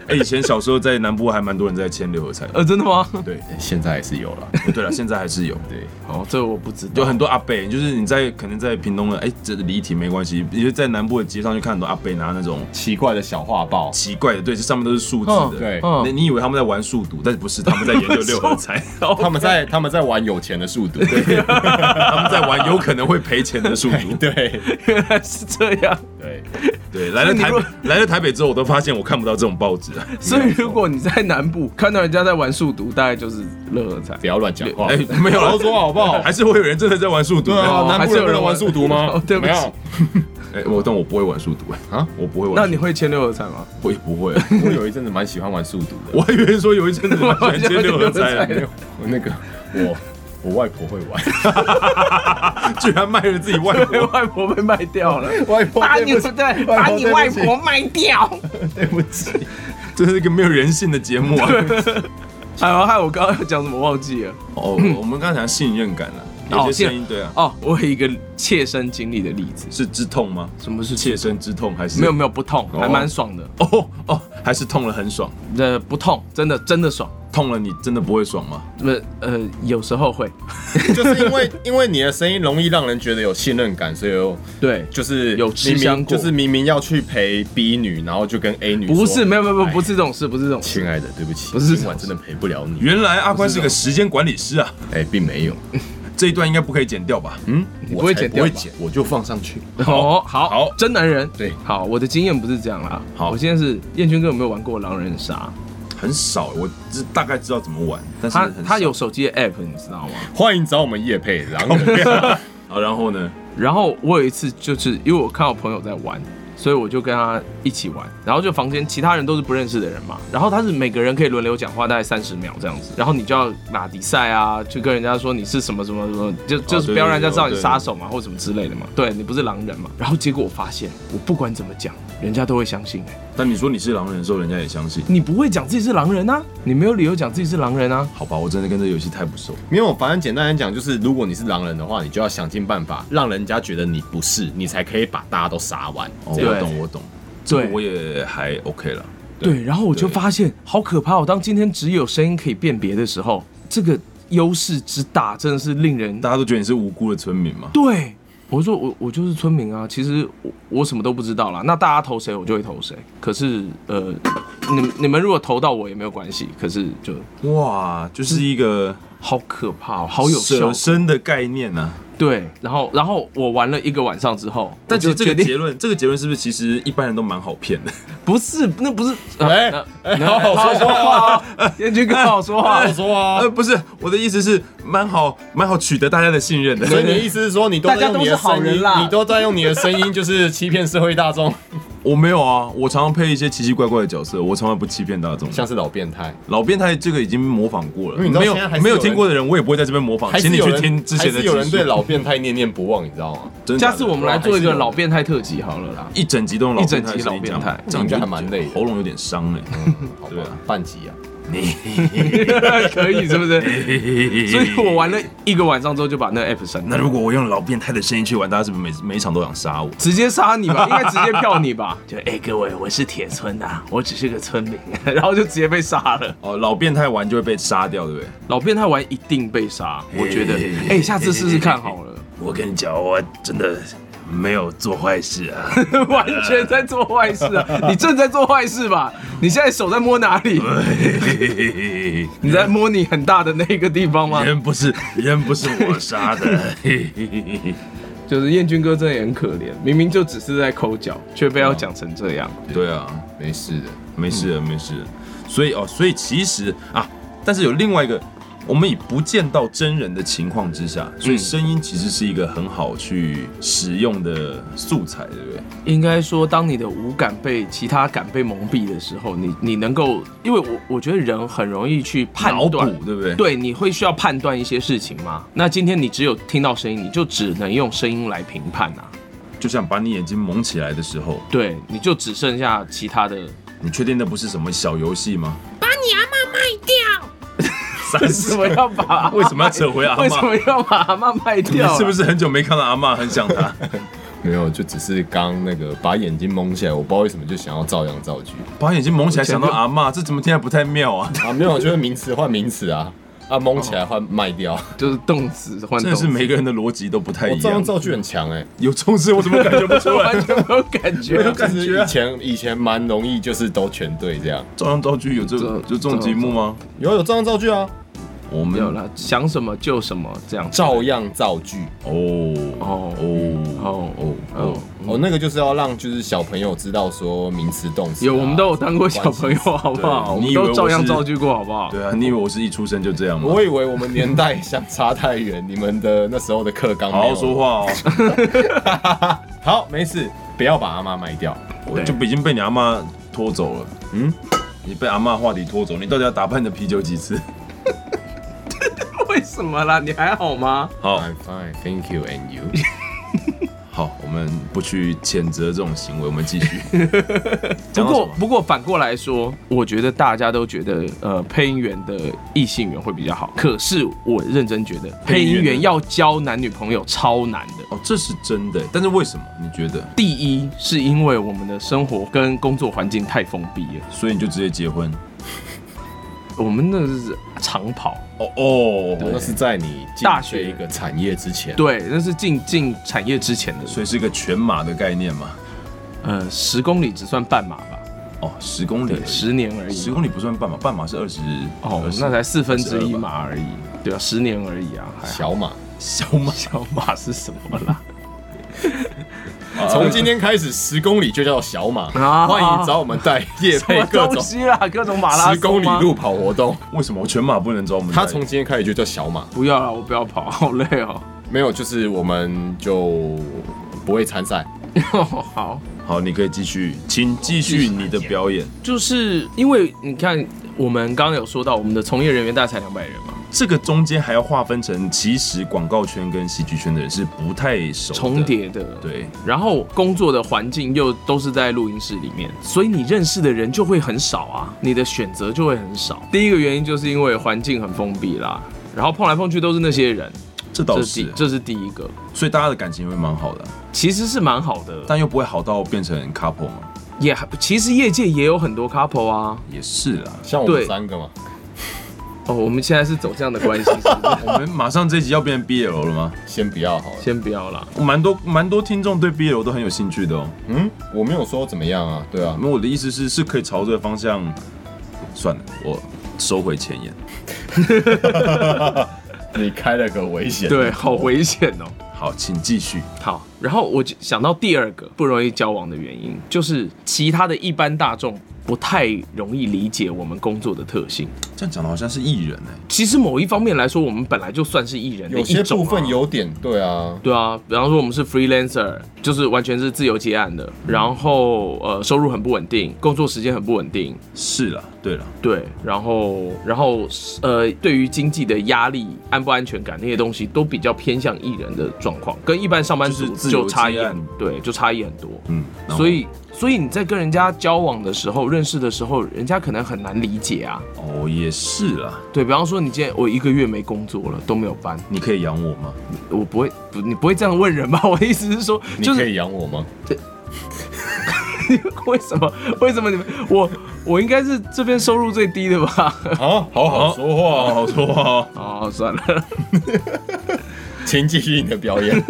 Speaker 4: 哎，以前小时候在南部还蛮多人在签六合 彩的。
Speaker 3: 呃，真的吗？
Speaker 4: 对，
Speaker 5: 现在也是有了，
Speaker 4: 对了，现在还是有。
Speaker 5: 对，
Speaker 3: 哦，这我不知道。
Speaker 4: 有很多阿伯，就是你在可能在屏东的，哎、这离题没关系，因为在南部的街上就看很多阿伯拿那种
Speaker 5: 奇怪的小 画报，
Speaker 4: 奇怪的，对，这上面都是数字
Speaker 3: 嗯
Speaker 4: 的，
Speaker 5: 对
Speaker 4: 你
Speaker 3: 嗯，
Speaker 4: 你以为他们在玩数独，但是不是，他们在研究六合彩，
Speaker 5: 他们在他们在玩有钱的速度，
Speaker 4: 他们在玩有可能会赔钱的数 独。
Speaker 5: 对
Speaker 3: 原来是这样。
Speaker 5: 对，
Speaker 4: 对，来了
Speaker 3: 所以你
Speaker 4: 台
Speaker 3: 如
Speaker 4: 北
Speaker 3: 果，
Speaker 4: 来了台北之后，我都发现我看不到这种报纸啊了。
Speaker 3: 所以如果你在南部看到人家在玩数独，大概就是乐合 彩
Speaker 5: 不。要乱讲话，
Speaker 4: 哎、没有
Speaker 5: 好好
Speaker 4: 了，
Speaker 5: 说话好不好？
Speaker 4: 还是会有人真的在玩数独哎
Speaker 5: 对
Speaker 4: 的。
Speaker 5: 啊，
Speaker 3: 哦
Speaker 5: 南
Speaker 3: 还
Speaker 5: 部
Speaker 3: 是有
Speaker 5: 人不
Speaker 3: 人
Speaker 5: 能
Speaker 3: 玩
Speaker 5: 玩速读
Speaker 3: 哦
Speaker 5: 吗？
Speaker 3: 对不起
Speaker 5: 没有
Speaker 4: 哎、我但我不会玩数独啊
Speaker 5: 啊，
Speaker 4: 我不会玩。
Speaker 3: 那你会签六合彩 吗？
Speaker 4: 我也不会。
Speaker 5: 我有一阵子蛮喜欢玩速读的，
Speaker 4: 我还以为说有一阵子完全接六合彩了，
Speaker 5: 没有，我那个 我我外婆会玩，
Speaker 4: 居然卖了自己外
Speaker 3: 被
Speaker 4: 婆。
Speaker 3: 外婆被卖掉了，
Speaker 5: 外婆
Speaker 3: 把你
Speaker 5: 对不
Speaker 3: 对
Speaker 5: 起
Speaker 3: 把你外婆卖掉。
Speaker 5: 对不起，
Speaker 4: 这是一个没有人性的节目啊！
Speaker 3: 哎呦，害我刚刚要讲什么忘记了。
Speaker 4: 哦，我们刚才讲信任感了，有些声音对啊，
Speaker 3: 哦，我有一个切身经历的例子，
Speaker 4: 是之痛吗？
Speaker 3: 什么是
Speaker 4: 切身之痛还是
Speaker 3: 没有没有不痛，
Speaker 4: 哦
Speaker 3: 还蛮爽的。
Speaker 4: 哦哦，还是痛了很爽，
Speaker 3: 呃，不痛，真的真的爽。
Speaker 4: 痛了你真的不会爽吗？
Speaker 3: 呃呃，有时候会，
Speaker 5: 就是因为因为你的声音容易让人觉得有信任感，所以有
Speaker 3: 对，
Speaker 5: 就是
Speaker 3: 有吃
Speaker 5: 明
Speaker 3: 香
Speaker 5: 明
Speaker 3: 过
Speaker 5: 就是明明要去陪 B 女，然后就跟 A 女说
Speaker 3: 不是，没有没有没有，
Speaker 5: 哎
Speaker 3: 不是这种事，不是这种事。
Speaker 5: 亲爱的，对不起，
Speaker 3: 不是
Speaker 5: 今晚真的陪不了你。
Speaker 4: 原来阿宽是个时间管理师啊，
Speaker 5: 哎、并没有，
Speaker 4: 这一段应该不可以剪掉吧？嗯，
Speaker 3: 你
Speaker 5: 我
Speaker 3: 不会
Speaker 5: 才
Speaker 3: 剪掉
Speaker 5: 不
Speaker 3: 吧
Speaker 5: 会剪，我就放上去。
Speaker 3: 哦，好，
Speaker 4: 好
Speaker 3: 真男人。
Speaker 5: 对
Speaker 3: 好，我的经验不是这样啦。
Speaker 4: 好
Speaker 3: 我现在是燕君哥有没有玩过狼人杀？
Speaker 4: 很少，我只大概知道怎么玩，但是
Speaker 3: 他
Speaker 4: 很少
Speaker 3: 他有手机的 app，你知道吗？
Speaker 5: 欢迎找我们叶佩，然后 对
Speaker 4: 啊，然后呢？
Speaker 3: 然后我有一次就是因为我看我朋友在玩，所以我就跟他一起玩。然后就房间其他人都是不认识的人嘛，然后他是每个人可以轮流讲话，大概三十秒这样子。然后你就要打比赛啊，就跟人家说你是什么什么什么，就就是不要让人家知道你
Speaker 4: 对对对
Speaker 3: 杀手嘛或什么之类的嘛。对你不是狼人嘛。然后结果我发现，我不管怎么讲，人家都会相信、欸。
Speaker 4: 但你说你是狼人的时候，人家也相信。
Speaker 3: 你不会讲自己是狼人啊，你没有理由讲自己是狼人啊。
Speaker 4: 好吧，我真的跟这游戏太不熟。
Speaker 5: 没有，反正简单来讲，就是如果你是狼人的话，你就要想尽办法让人家觉得你不是，你才可以把大家都杀完。
Speaker 4: 哦，
Speaker 5: 这
Speaker 3: 对
Speaker 5: 样
Speaker 4: 我懂，我懂，这
Speaker 3: 对
Speaker 4: 个我也还 OK 了。
Speaker 3: 对，然后我就发现好可怕哦！当今天只有声音可以辨别的时候，这个优势之大真的是令人
Speaker 4: 大家都觉得你是无辜的村民嘛？
Speaker 3: 对。我说我我就是村民啊，其实我我什么都不知道啦。那大家投谁，我就会投谁。可是呃，你们你们如果投到我也没有关系。可是就
Speaker 4: 哇，就是一个
Speaker 3: 好可怕、哦，好有效
Speaker 4: 舍。身的概念啊。
Speaker 3: 对，然后然后我玩了一个晚上之后，
Speaker 4: 但其
Speaker 3: 就
Speaker 4: 实这
Speaker 3: 决
Speaker 4: 个
Speaker 3: 定
Speaker 4: 结论， 这个结论是不是其实一般人都蛮好骗的？
Speaker 3: 不是那不是。
Speaker 5: 哎
Speaker 3: 呃
Speaker 5: 哎好好说
Speaker 3: 说话哦，彦君哥好好说话
Speaker 5: 好
Speaker 3: 哦。
Speaker 5: 说啊
Speaker 4: 呃，，不是，我的意思是蛮好，蛮好取得大家的信任的。
Speaker 5: 所以你的意思是说，你都
Speaker 3: 大家
Speaker 5: 在用你的
Speaker 3: 都是好
Speaker 5: 声
Speaker 3: 人
Speaker 5: 音
Speaker 3: 啦，
Speaker 5: 你都在用你的声音，就是欺骗社会大众，
Speaker 4: 我没有啊，我常常配一些奇奇怪怪的角色，我从来不欺骗大众。
Speaker 5: 像是老变态。
Speaker 4: 老变态这个已经模仿过了，
Speaker 5: 因为你知道
Speaker 4: 没有
Speaker 5: 现在还是
Speaker 4: 没有
Speaker 5: 有人
Speaker 4: 听过的人，我也不会在这边模仿，
Speaker 5: 还
Speaker 4: 请
Speaker 5: 是
Speaker 4: 你
Speaker 5: 有
Speaker 4: 去
Speaker 5: 人
Speaker 4: 听之前的
Speaker 5: 还
Speaker 4: 集
Speaker 5: 是
Speaker 4: 数。
Speaker 5: 有人对老变态念念不忘，你知道吗？
Speaker 4: 真的假
Speaker 3: 下
Speaker 4: 的
Speaker 3: 次我们来做一个老变态特辑好了啦。
Speaker 4: 一整集都用老
Speaker 3: 一整集老变态
Speaker 4: 这样
Speaker 5: 应该
Speaker 4: 就
Speaker 5: 还蛮累的
Speaker 4: 喉咙有点伤哎。
Speaker 5: 好吧
Speaker 4: 对啊
Speaker 5: 半集啊，
Speaker 3: 可以是不是？所以我玩了一个晚上之后就把那个 app 删
Speaker 4: 那
Speaker 3: 了，
Speaker 4: 如果我用老变态的声音去玩，大家是不是每每一场都想杀我？
Speaker 3: 直接杀你 吧，应该直接票你吧？就哎、各位，我是铁村呐、我只是个村 民，然后就直接被杀了。
Speaker 4: 哦，老变态玩就会被杀掉，对不对？
Speaker 3: 老变态玩一定被杀，我觉得。哎、下次试试看好了。
Speaker 4: 我跟你讲，我真的没有做坏事啊，
Speaker 3: 完全在做坏事 啊！你正在做坏事吧？你现在手在摸哪 里？你在摸你很大的那个地方吗？
Speaker 4: 人不是人不是我杀 的。
Speaker 3: 就是燕军哥真的也很可怜，明明就只是在抠脚，却被要讲成这样。
Speaker 4: 对啊，
Speaker 5: 没事的。
Speaker 4: 没事的，没事的。所以哦，所以其实啊，但是有另外一个，我们以不见到真人的情况之下，
Speaker 7: 嗯
Speaker 4: 所以声音其实是一个很好去使用的素材，对不对？
Speaker 3: 应该说，当你的五感被其他感被蒙蔽的时候，你你能够，因为我我觉得人很容易去判
Speaker 4: 脑补
Speaker 3: 断，，
Speaker 4: 对不对？
Speaker 3: 对，你会需要判断一些事情吗？那今天你只有听到声音，你就只能用声音来评判啊。
Speaker 4: 就像把你眼睛蒙起来的时候，
Speaker 3: 对，你就只剩下其他的
Speaker 4: 你确定那不是什么小游戏吗？
Speaker 7: 把你阿妈卖掉，
Speaker 4: 三
Speaker 3: 为什么要把 阿嬷
Speaker 4: 为什么要扯回阿嬷
Speaker 3: 为什么要把阿妈卖
Speaker 4: 你
Speaker 3: 掉啊、
Speaker 4: 是不是很久没看到阿嬷，很想她？
Speaker 5: 没有，就只是刚那个把眼睛蒙起来，我不知道为什么就想要照样造句
Speaker 4: 把眼睛蒙起来想到阿嬷，这怎么听起来不太妙啊？
Speaker 5: 啊，没有，就是名词换名词啊，啊蒙起来换卖掉，
Speaker 3: 就是动词换
Speaker 4: 真
Speaker 3: 动
Speaker 4: 的是
Speaker 3: 词？
Speaker 4: 每个人的逻辑都不太
Speaker 5: 哦我
Speaker 4: 一
Speaker 5: 照样
Speaker 4: 样。
Speaker 5: 造句很强哎、
Speaker 4: 有重视我怎么感觉不出来？
Speaker 3: 完 全没有感觉啊、
Speaker 5: 就是以前以前蛮容易，就是都全对这样。
Speaker 4: 照样道具有这
Speaker 3: 这
Speaker 4: 就这种节目吗？
Speaker 5: 有有照样造句啊，
Speaker 4: 我
Speaker 3: 没
Speaker 4: 们
Speaker 3: 有了，想什么就什么这样。
Speaker 5: 照样造句
Speaker 4: 哦哦
Speaker 3: 哦哦
Speaker 4: 哦
Speaker 3: 哦
Speaker 4: 哦，，
Speaker 5: 哦，那个就是要让就是小朋友知道说名词动词啊、
Speaker 3: 有我们都有当过小朋友，好不好？我
Speaker 4: 对你
Speaker 3: 们
Speaker 4: 以为
Speaker 3: 都照样
Speaker 4: 我是
Speaker 3: 造句过，好不好？
Speaker 4: 对啊，你以为我是一出生就这样吗？
Speaker 5: 我以为我们年代相差太远，你们的那时候的课纲没
Speaker 4: 好
Speaker 5: 有
Speaker 4: 好说。话哦，
Speaker 5: 好，没事，不要把阿妈卖掉。
Speaker 4: 我就已经被你阿嬷拖走了。嗯，你被阿嬷话题拖走，你到底要打扮你的啤酒几次？
Speaker 3: 为什么啦？你还好吗？
Speaker 4: 好
Speaker 5: I'm fine, thank you and you 。
Speaker 4: 好，我们不去谴责这种行为，我们继续。
Speaker 3: 不
Speaker 4: 讲到什
Speaker 3: 过
Speaker 4: 么
Speaker 3: 不过反过来说，我觉得大家都觉得呃配音员的异性缘会比较好，可是我认真觉得配音
Speaker 4: 配音
Speaker 3: 员
Speaker 4: 员
Speaker 3: 要交男女朋友超难的。
Speaker 4: 哦，这是真的，但是为什么？你觉得？
Speaker 3: 第一是因为我们的生活跟工作环境太封闭了，
Speaker 4: 所以你就直接结婚？
Speaker 3: 我们那是长跑，
Speaker 4: 哦哦
Speaker 5: 那，是在你进
Speaker 3: 大学
Speaker 5: 这一个产业之前，
Speaker 3: 对，那是进进产业之前的，
Speaker 4: 所以是一个全马的概念嘛？
Speaker 3: 呃，十公里只算半马吧，
Speaker 4: 哦，十公里
Speaker 3: 对，，十年而已，
Speaker 4: 十公里不算半马，半马是二十
Speaker 3: 哦，那才四分之一
Speaker 4: 22吧
Speaker 3: 码而已，对啊，十年而已啊，还好
Speaker 5: 小马。
Speaker 4: 小马。
Speaker 3: 小马是什么啦？
Speaker 5: 从今天开始，十公里就叫小马，
Speaker 3: 啊
Speaker 5: 欢迎找我们带夜
Speaker 3: 什
Speaker 5: 配
Speaker 3: 么
Speaker 5: 各
Speaker 3: 东
Speaker 5: 种
Speaker 3: 西啦？各种马拉松
Speaker 5: 十公里
Speaker 3: 吗
Speaker 5: 路跑活动。
Speaker 4: 为什么我全马不能找我们带？
Speaker 5: 他从今天开始就叫小马，
Speaker 3: 不要了，我不要跑，好累哦。
Speaker 5: 没有，就是我们就不会参赛。
Speaker 3: 好，
Speaker 4: 好，你可以继续，请继续你的表演。
Speaker 3: 就是因为你看，我们刚刚有说到，我们的从业人员大概才两百人嘛，
Speaker 4: 这个中间还要划分成，其实广告圈跟戏剧圈的人是不太熟的
Speaker 3: 重。叠的，。
Speaker 4: 对，
Speaker 3: 然后工作的环境又都是在录音室里面，所以你认识的人就会很少啊，你的选择就会很少。第一个原因就是因为环境很封闭啦，然后碰来碰去都是那些人，
Speaker 4: 这倒
Speaker 3: 这
Speaker 4: 是
Speaker 3: 是第，这是第一个，
Speaker 4: 所以大家的感情会蛮好的，
Speaker 3: 其实是蛮好的，
Speaker 4: 但又不会好到变成 couple 嘛。
Speaker 3: 也其实业界也有很多 couple 啊。
Speaker 4: 也是啦，
Speaker 5: 像我们
Speaker 3: 对
Speaker 5: 三个嘛，
Speaker 3: 哦，我们现在是走这样的关系，是不是
Speaker 4: 我们马上这集要变成 BL 了吗？
Speaker 5: 先不要好了。
Speaker 3: 先不要啦。
Speaker 4: 蛮多蛮多听众对 BL 都很有兴趣的哦。
Speaker 5: 嗯，我没有说怎么样啊，对啊，
Speaker 4: 那我的意思是，是可以朝这个方向。算了，我收回前言。
Speaker 5: 你开了个危险。
Speaker 3: 对，好危险哦。
Speaker 4: 好，请继续。
Speaker 3: 好，然后我就想到第二个不容易交往的原因，就是其他的一般大众不太容易理解我们工作的特性。
Speaker 4: 这样讲的好像是艺人哎、
Speaker 3: 其实某一方面来说，我们本来就算是艺人的
Speaker 5: 有
Speaker 3: 一种、
Speaker 5: 些
Speaker 3: 啊，
Speaker 5: 部分有点对啊，
Speaker 3: 对啊，比方说我们是 freelancer，就是完全是自由接案的，然后呃收入很不稳定，工作时间很不稳定，
Speaker 4: 是啦，对啦，
Speaker 3: 对，然后然后呃对于经济的压力、安不安全感那些东西，都比较偏向艺人的状况，跟一般上班族
Speaker 4: 就是自由
Speaker 3: 就差异
Speaker 4: 接案
Speaker 3: 很对，就差异很多。
Speaker 4: 嗯，然后
Speaker 3: 所以所以你在跟人家交往的时候、认识的时候，人家可能很难理解啊。
Speaker 4: 哦，哦，也是啦，
Speaker 3: 对比方说，你今天我一个月没工作了，都没有班，
Speaker 4: 你可以养我吗？
Speaker 3: 我不会，不，你不会这样问人吧？我的意思是说，
Speaker 5: 你
Speaker 3: 就
Speaker 5: 可
Speaker 3: 是
Speaker 5: 以养我吗？
Speaker 3: 为什么，为什么你们我我应该是这边收入最低的吧？
Speaker 5: 啊，好好说话，好好说话，
Speaker 3: 哦，算了，
Speaker 5: 请继续你的表 演。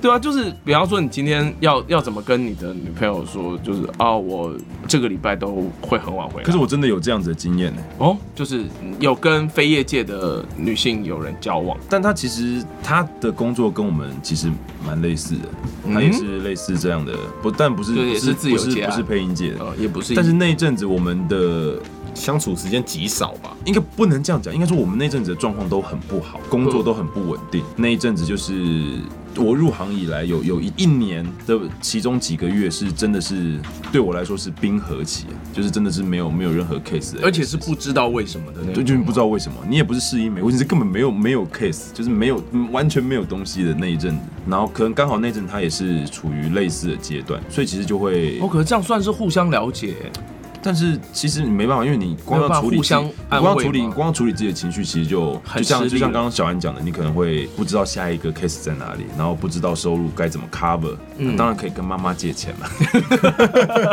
Speaker 3: 对啊，就是比方说，你今天要要怎么跟你的女朋友说，就是啊，我这个礼拜都会很晚回来。
Speaker 4: 可是我真的有这样子的经验呢、
Speaker 3: 哦，就是有跟非业界的女性有人交往，
Speaker 4: 但他其实他的工作跟我们其实蛮类似的，
Speaker 3: 嗯
Speaker 4: 他也是类似这样的，不但不是
Speaker 3: 对
Speaker 4: 不
Speaker 3: 也是自由
Speaker 4: 不是
Speaker 3: 接案
Speaker 4: 不是配音界的，
Speaker 3: 呃，也不是，
Speaker 4: 但是那一阵子我们的
Speaker 5: 相处时间极少吧，
Speaker 4: 应该不能这样讲，应该说我们那阵子的状况都很不好，工
Speaker 3: 嗯
Speaker 4: 作都很不稳定。那一阵子就是我入行以来有有一一年的其中几个月是真的是对我来说是冰河期，就是真的是没有没有任何 case，的
Speaker 3: 而且是不知道为什么的那
Speaker 4: 对，
Speaker 3: 种，
Speaker 4: 就是不知道为什么，你也不是试音没问题，是根本没有没有 case，就是没有嗯完全没有东西的那一阵子。然后可能刚好那阵他也是处于类似的阶段，所以其实就会，
Speaker 3: 哦，可是这样算是互相了解，
Speaker 4: 但是其其实你没办法，因为你光
Speaker 3: 没有办
Speaker 4: 要
Speaker 3: 法
Speaker 4: 处理
Speaker 3: 互相
Speaker 4: 自己你
Speaker 3: 安慰
Speaker 4: 光要处理
Speaker 3: 吗
Speaker 4: 光要处理自己的情绪，其实就
Speaker 3: 很
Speaker 4: 就像
Speaker 3: 吃力
Speaker 4: 就像
Speaker 3: 了
Speaker 4: 刚刚小安讲的，你可能会不知道下一个 case 在哪里，然后不知道收入该怎么 cover，、当
Speaker 3: 嗯
Speaker 4: 然可以跟妈妈借 钱了。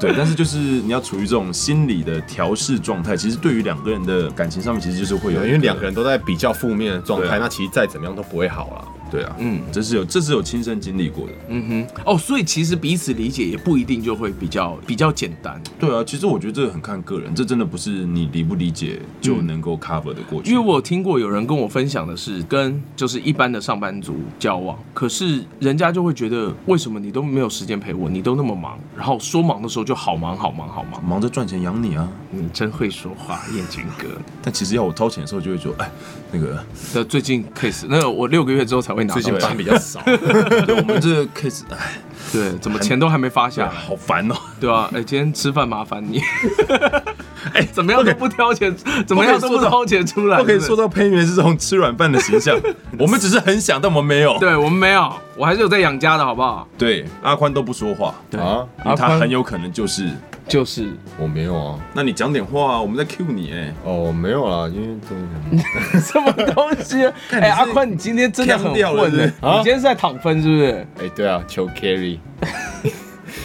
Speaker 4: 对，但是就是你要处于这种心理的调试状态，其实对于两个人的感情上面，其实就是会有
Speaker 5: 因
Speaker 4: 一，
Speaker 5: 为两个人都在比较负面的状
Speaker 4: 对啊
Speaker 5: 态，那其实再怎么样都不会好了。
Speaker 4: 对啊，
Speaker 3: 嗯
Speaker 4: 嗯，这是有这是有亲身经历过的，
Speaker 3: 嗯哼，哦，所以其实彼此理解也不一定就会比较比较简单，
Speaker 4: 对啊，其实我觉得这个很看个人，这真的不是你理不理解
Speaker 3: 嗯
Speaker 4: 就能够 cover 的过去，
Speaker 3: 因为我有听过有人跟我分享的是跟就是一般的上班族交往，可是人家就会觉得为什么你都没有时间陪我，你都那么忙，然后说忙的时候就好忙好忙好忙，
Speaker 4: 忙着赚钱养你啊。
Speaker 3: 你真会说话，燕君哥。
Speaker 4: 但其实要我掏钱的时候，就会说，哎，那个
Speaker 3: 那最近 case，那我六个月之后才会拿到
Speaker 5: 最近
Speaker 3: 钱
Speaker 5: 班，比较少，
Speaker 4: 我们这个 case，哎，
Speaker 3: 对，怎么钱都还没发下
Speaker 4: 呀，
Speaker 3: 来，
Speaker 4: 好烦哦。
Speaker 3: 对吧、哎、今天吃饭麻烦你， 哎、 怎么样都不挑钱，怎么样都不掏钱出 来，
Speaker 4: 不可以
Speaker 3: 对
Speaker 4: 说到配音员是这种吃软饭的形 象，我们只是很想，但我们没有。
Speaker 3: 对我们没有，我还是有在养家的好不好？
Speaker 4: 对，阿宽都不说话，
Speaker 3: 对
Speaker 5: 啊
Speaker 4: 因为他很有可能就是。
Speaker 3: 就是
Speaker 5: 我没有啊，
Speaker 4: 那你讲点话啊，我们在 Q 你哎。
Speaker 5: 哦，没有啦，因为这
Speaker 3: 什么东西啊？哎、阿宽，你今天真的很
Speaker 4: 呛掉
Speaker 3: 混
Speaker 4: 了是不
Speaker 3: 呢、
Speaker 4: 是
Speaker 3: 你今天是在躺分是不是？
Speaker 5: 哎，对啊，求 carry，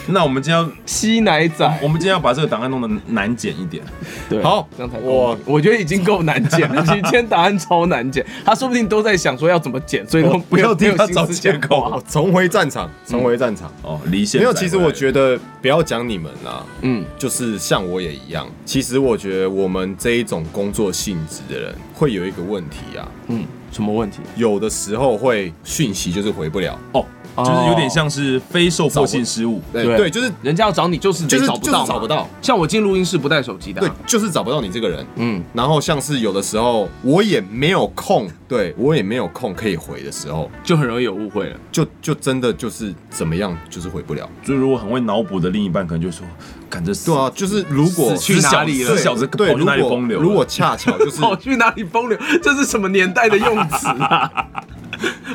Speaker 4: 那我们今天要，
Speaker 3: 吸奶仔，
Speaker 4: 我们今天要把这个档案弄得难剪一点。
Speaker 3: 对，
Speaker 5: 好
Speaker 3: 这样才
Speaker 5: 我
Speaker 3: 我我觉得已经够难剪了，其实今天答案超难剪，他说不定都在想说要怎么剪，所以都
Speaker 4: 不要
Speaker 3: 没有
Speaker 4: 替他
Speaker 3: 没有心思
Speaker 4: 找借口
Speaker 3: 讲话
Speaker 5: 哦，重回战场，重回战场。
Speaker 4: 哦，离线
Speaker 5: 没有，
Speaker 4: 载
Speaker 5: 其实
Speaker 4: 回来
Speaker 5: 我觉得不要讲你们啦，
Speaker 3: 嗯，
Speaker 5: 就是像我也一样。其实我觉得我们这一种工作性质的人会有一个问题啊，
Speaker 3: 嗯，什么问题？
Speaker 5: 有的时候会讯息就是回不了，
Speaker 4: 哦，就是有点像是非受迫性失误。
Speaker 5: 对
Speaker 3: 对
Speaker 5: 哎对，就是
Speaker 3: 人家要找你就是
Speaker 5: 就是
Speaker 3: 得找不到
Speaker 5: 就是
Speaker 3: 嘛，
Speaker 5: 找不到
Speaker 3: 像我进录音室不带手机的
Speaker 5: 对
Speaker 3: 啊、，
Speaker 5: 就是找不到你这个人。
Speaker 3: 嗯，
Speaker 5: 然后像是有的时候我也没有空，对我也没有空可以回的时候，
Speaker 3: 就很容易有误会了。
Speaker 5: 就就真的就是怎么样就是回不了。
Speaker 4: 就如果很会脑补的另一半，可能就说，赶着死
Speaker 5: 对啊，，就是如果
Speaker 3: 死去哪里了
Speaker 5: 对
Speaker 4: 小子
Speaker 5: 对，
Speaker 4: 跑去
Speaker 5: 如
Speaker 4: 哪里
Speaker 5: 果
Speaker 4: 风流了
Speaker 5: 如果恰巧就是
Speaker 3: 跑去哪里风流？这是什么年代的用词啊？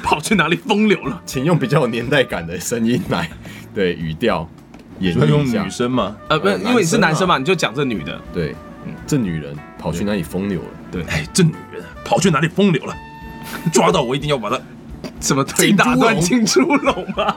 Speaker 3: 跑去哪里风流了？
Speaker 5: 请用比较有年代感的声音来，对语调演
Speaker 4: 要
Speaker 5: 绎
Speaker 4: 用
Speaker 5: 一下
Speaker 4: 女。生嘛。
Speaker 3: 呃，不是，
Speaker 5: 呃
Speaker 3: 因为你是男
Speaker 5: 男
Speaker 3: 生
Speaker 5: 生
Speaker 3: 嘛，你就讲这女的。
Speaker 5: 对，这女人跑去哪里风流了？
Speaker 4: 哎，这女人跑去哪里风流了？ 抓到我一定要把她
Speaker 3: 什么腿打断进猪笼吗？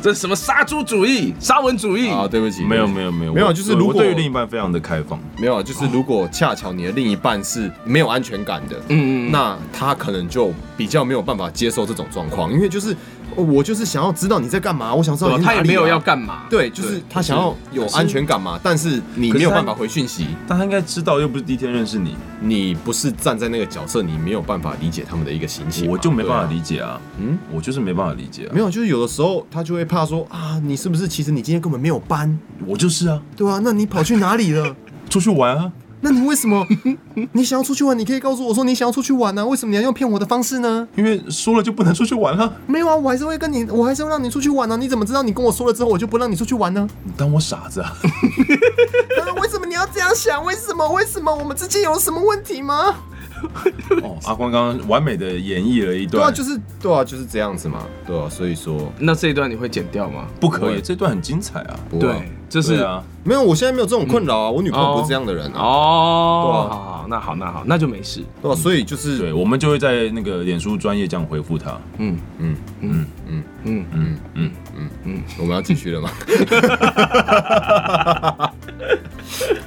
Speaker 3: 这什么杀猪主义、沙文主义？
Speaker 5: 啊，对不起，
Speaker 4: 没有
Speaker 5: 对不起
Speaker 4: 没有没有
Speaker 5: 没有
Speaker 4: 我
Speaker 5: 就是如果
Speaker 4: 我对于另一半非常的开放，
Speaker 5: 没有，就是如果恰巧你的另一半是没有安全感的，
Speaker 3: 嗯
Speaker 5: 那他可能就比较没有办法接受这种状况，因为就是哦我就是想要知道你在干嘛，我想知道
Speaker 3: 对吧
Speaker 5: 你在
Speaker 3: 他也
Speaker 5: 哪里啊
Speaker 3: 没有要。干嘛。
Speaker 5: 对，就是他想要有安全感嘛，但是你
Speaker 4: 可是
Speaker 5: 没有
Speaker 4: 他
Speaker 5: 办法回讯息，
Speaker 4: 但他应该知道，又不是第一天认识你，
Speaker 5: 你不是站在那个角色，你没有办法理解他们的一个心情嘛，
Speaker 4: 我就没办法
Speaker 5: 对啊
Speaker 4: 理解啊。
Speaker 5: 嗯
Speaker 4: 嗯，我就是没办法理解啊
Speaker 5: 没。有，就是有的时候他就会怕说啊，你是不是其实你今天根本没有班，
Speaker 4: 我就是啊，
Speaker 5: 对啊，那你跑去哪里了？
Speaker 4: 出去玩啊，
Speaker 5: 那你为什么你想要出去玩？你可以告诉我说你想要出去玩啊，为什么你要用骗我的方式呢？
Speaker 4: 因为说了就不能出去玩啊。
Speaker 5: 没有啊，我还是会跟你，我还是会让你出去玩啊。你怎么知道你跟我说了之后我就不让你出去玩呢？
Speaker 4: 你当我傻子 啊？
Speaker 5: 啊，为什么你要这样想？为什么？为什么？我们之间有什么问题吗？
Speaker 4: 哦，阿光刚刚完美的演绎了一
Speaker 5: 对啊，
Speaker 4: 段，
Speaker 5: 就是对啊，就是这样子嘛。对啊，所以说
Speaker 3: 那这一段你会剪掉吗？
Speaker 4: 不可
Speaker 5: 我
Speaker 4: 以，这段很精彩啊。
Speaker 5: 不啊
Speaker 3: 对，就是
Speaker 4: 对啊，
Speaker 5: 没有，我现在没有这种困扰
Speaker 4: 嗯
Speaker 5: 啊，我女朋友不是这样的人啊，
Speaker 3: 哦，
Speaker 5: 对啊
Speaker 3: 好好，那好，那好，那就没事。
Speaker 5: 对吧？所以就是
Speaker 4: 对，我们就会在那个脸书专业这样回复他。
Speaker 3: 嗯
Speaker 5: 嗯
Speaker 3: 嗯
Speaker 5: 嗯
Speaker 3: 嗯，
Speaker 4: 嗯
Speaker 5: 我们要继续 了吗？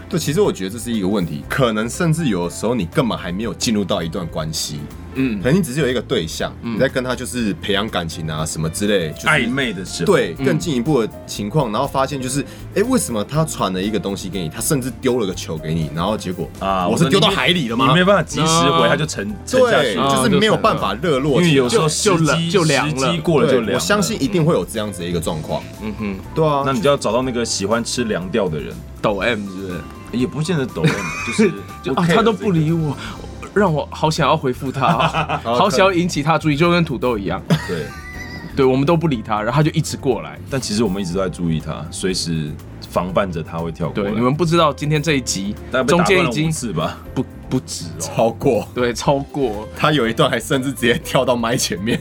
Speaker 5: 对，其实我觉得这是一个问题，可能甚至有的时候你根本还没有进入到一段关系，嗯，可能你只是有一个对象，
Speaker 4: 嗯
Speaker 5: 你在跟他就是培养感情啊什么之类，就是
Speaker 4: 暧昧的时候，，
Speaker 5: 对更进一步的情况，然后发现就是，哎，为什么他传了一个东西给你，他甚至丢了个球给你，然后结果
Speaker 4: 啊
Speaker 5: 我
Speaker 4: 我
Speaker 5: 是
Speaker 4: 说
Speaker 5: 丢到
Speaker 4: 你没
Speaker 5: 海里了
Speaker 4: 你
Speaker 5: 吗？
Speaker 4: 没办法及时回，他就沉沉下
Speaker 5: 对，
Speaker 4: 去
Speaker 3: 啊
Speaker 4: 了。
Speaker 5: 就是没有办法热络起
Speaker 4: 因
Speaker 5: 来，
Speaker 4: 为有时候
Speaker 3: 就
Speaker 4: 时机
Speaker 3: 就凉
Speaker 4: 时
Speaker 3: 了
Speaker 4: 机过了就
Speaker 5: 对
Speaker 4: 凉了。
Speaker 5: 我相信一定会有这样子的一个状况，嗯哼，对啊，
Speaker 4: 那你就要找到那个喜欢吃凉调的人，
Speaker 3: 抖 M 是不是？
Speaker 4: 也不见得 抖 M，就是
Speaker 3: 就
Speaker 4: 不
Speaker 3: 啊，
Speaker 4: care
Speaker 3: 他都
Speaker 4: 这个
Speaker 3: 不理我，让我好想要回复他 哦， 好想要引起他注意，就跟土豆一样，
Speaker 4: 对。
Speaker 3: 对我们都不理他，然后他就一直过来。
Speaker 4: 但其实我们一直都在注意他，随时防范着他会跳过
Speaker 3: 对，
Speaker 4: 来。
Speaker 3: 你们不知道今天这一集
Speaker 4: 大概被
Speaker 3: 中
Speaker 4: 打断
Speaker 3: 间
Speaker 4: 了
Speaker 3: 已经
Speaker 4: 五次吧？
Speaker 3: 不不止哦，
Speaker 5: 超过。
Speaker 3: 对，超过
Speaker 5: 他有一段还甚至直接跳到麦前 面，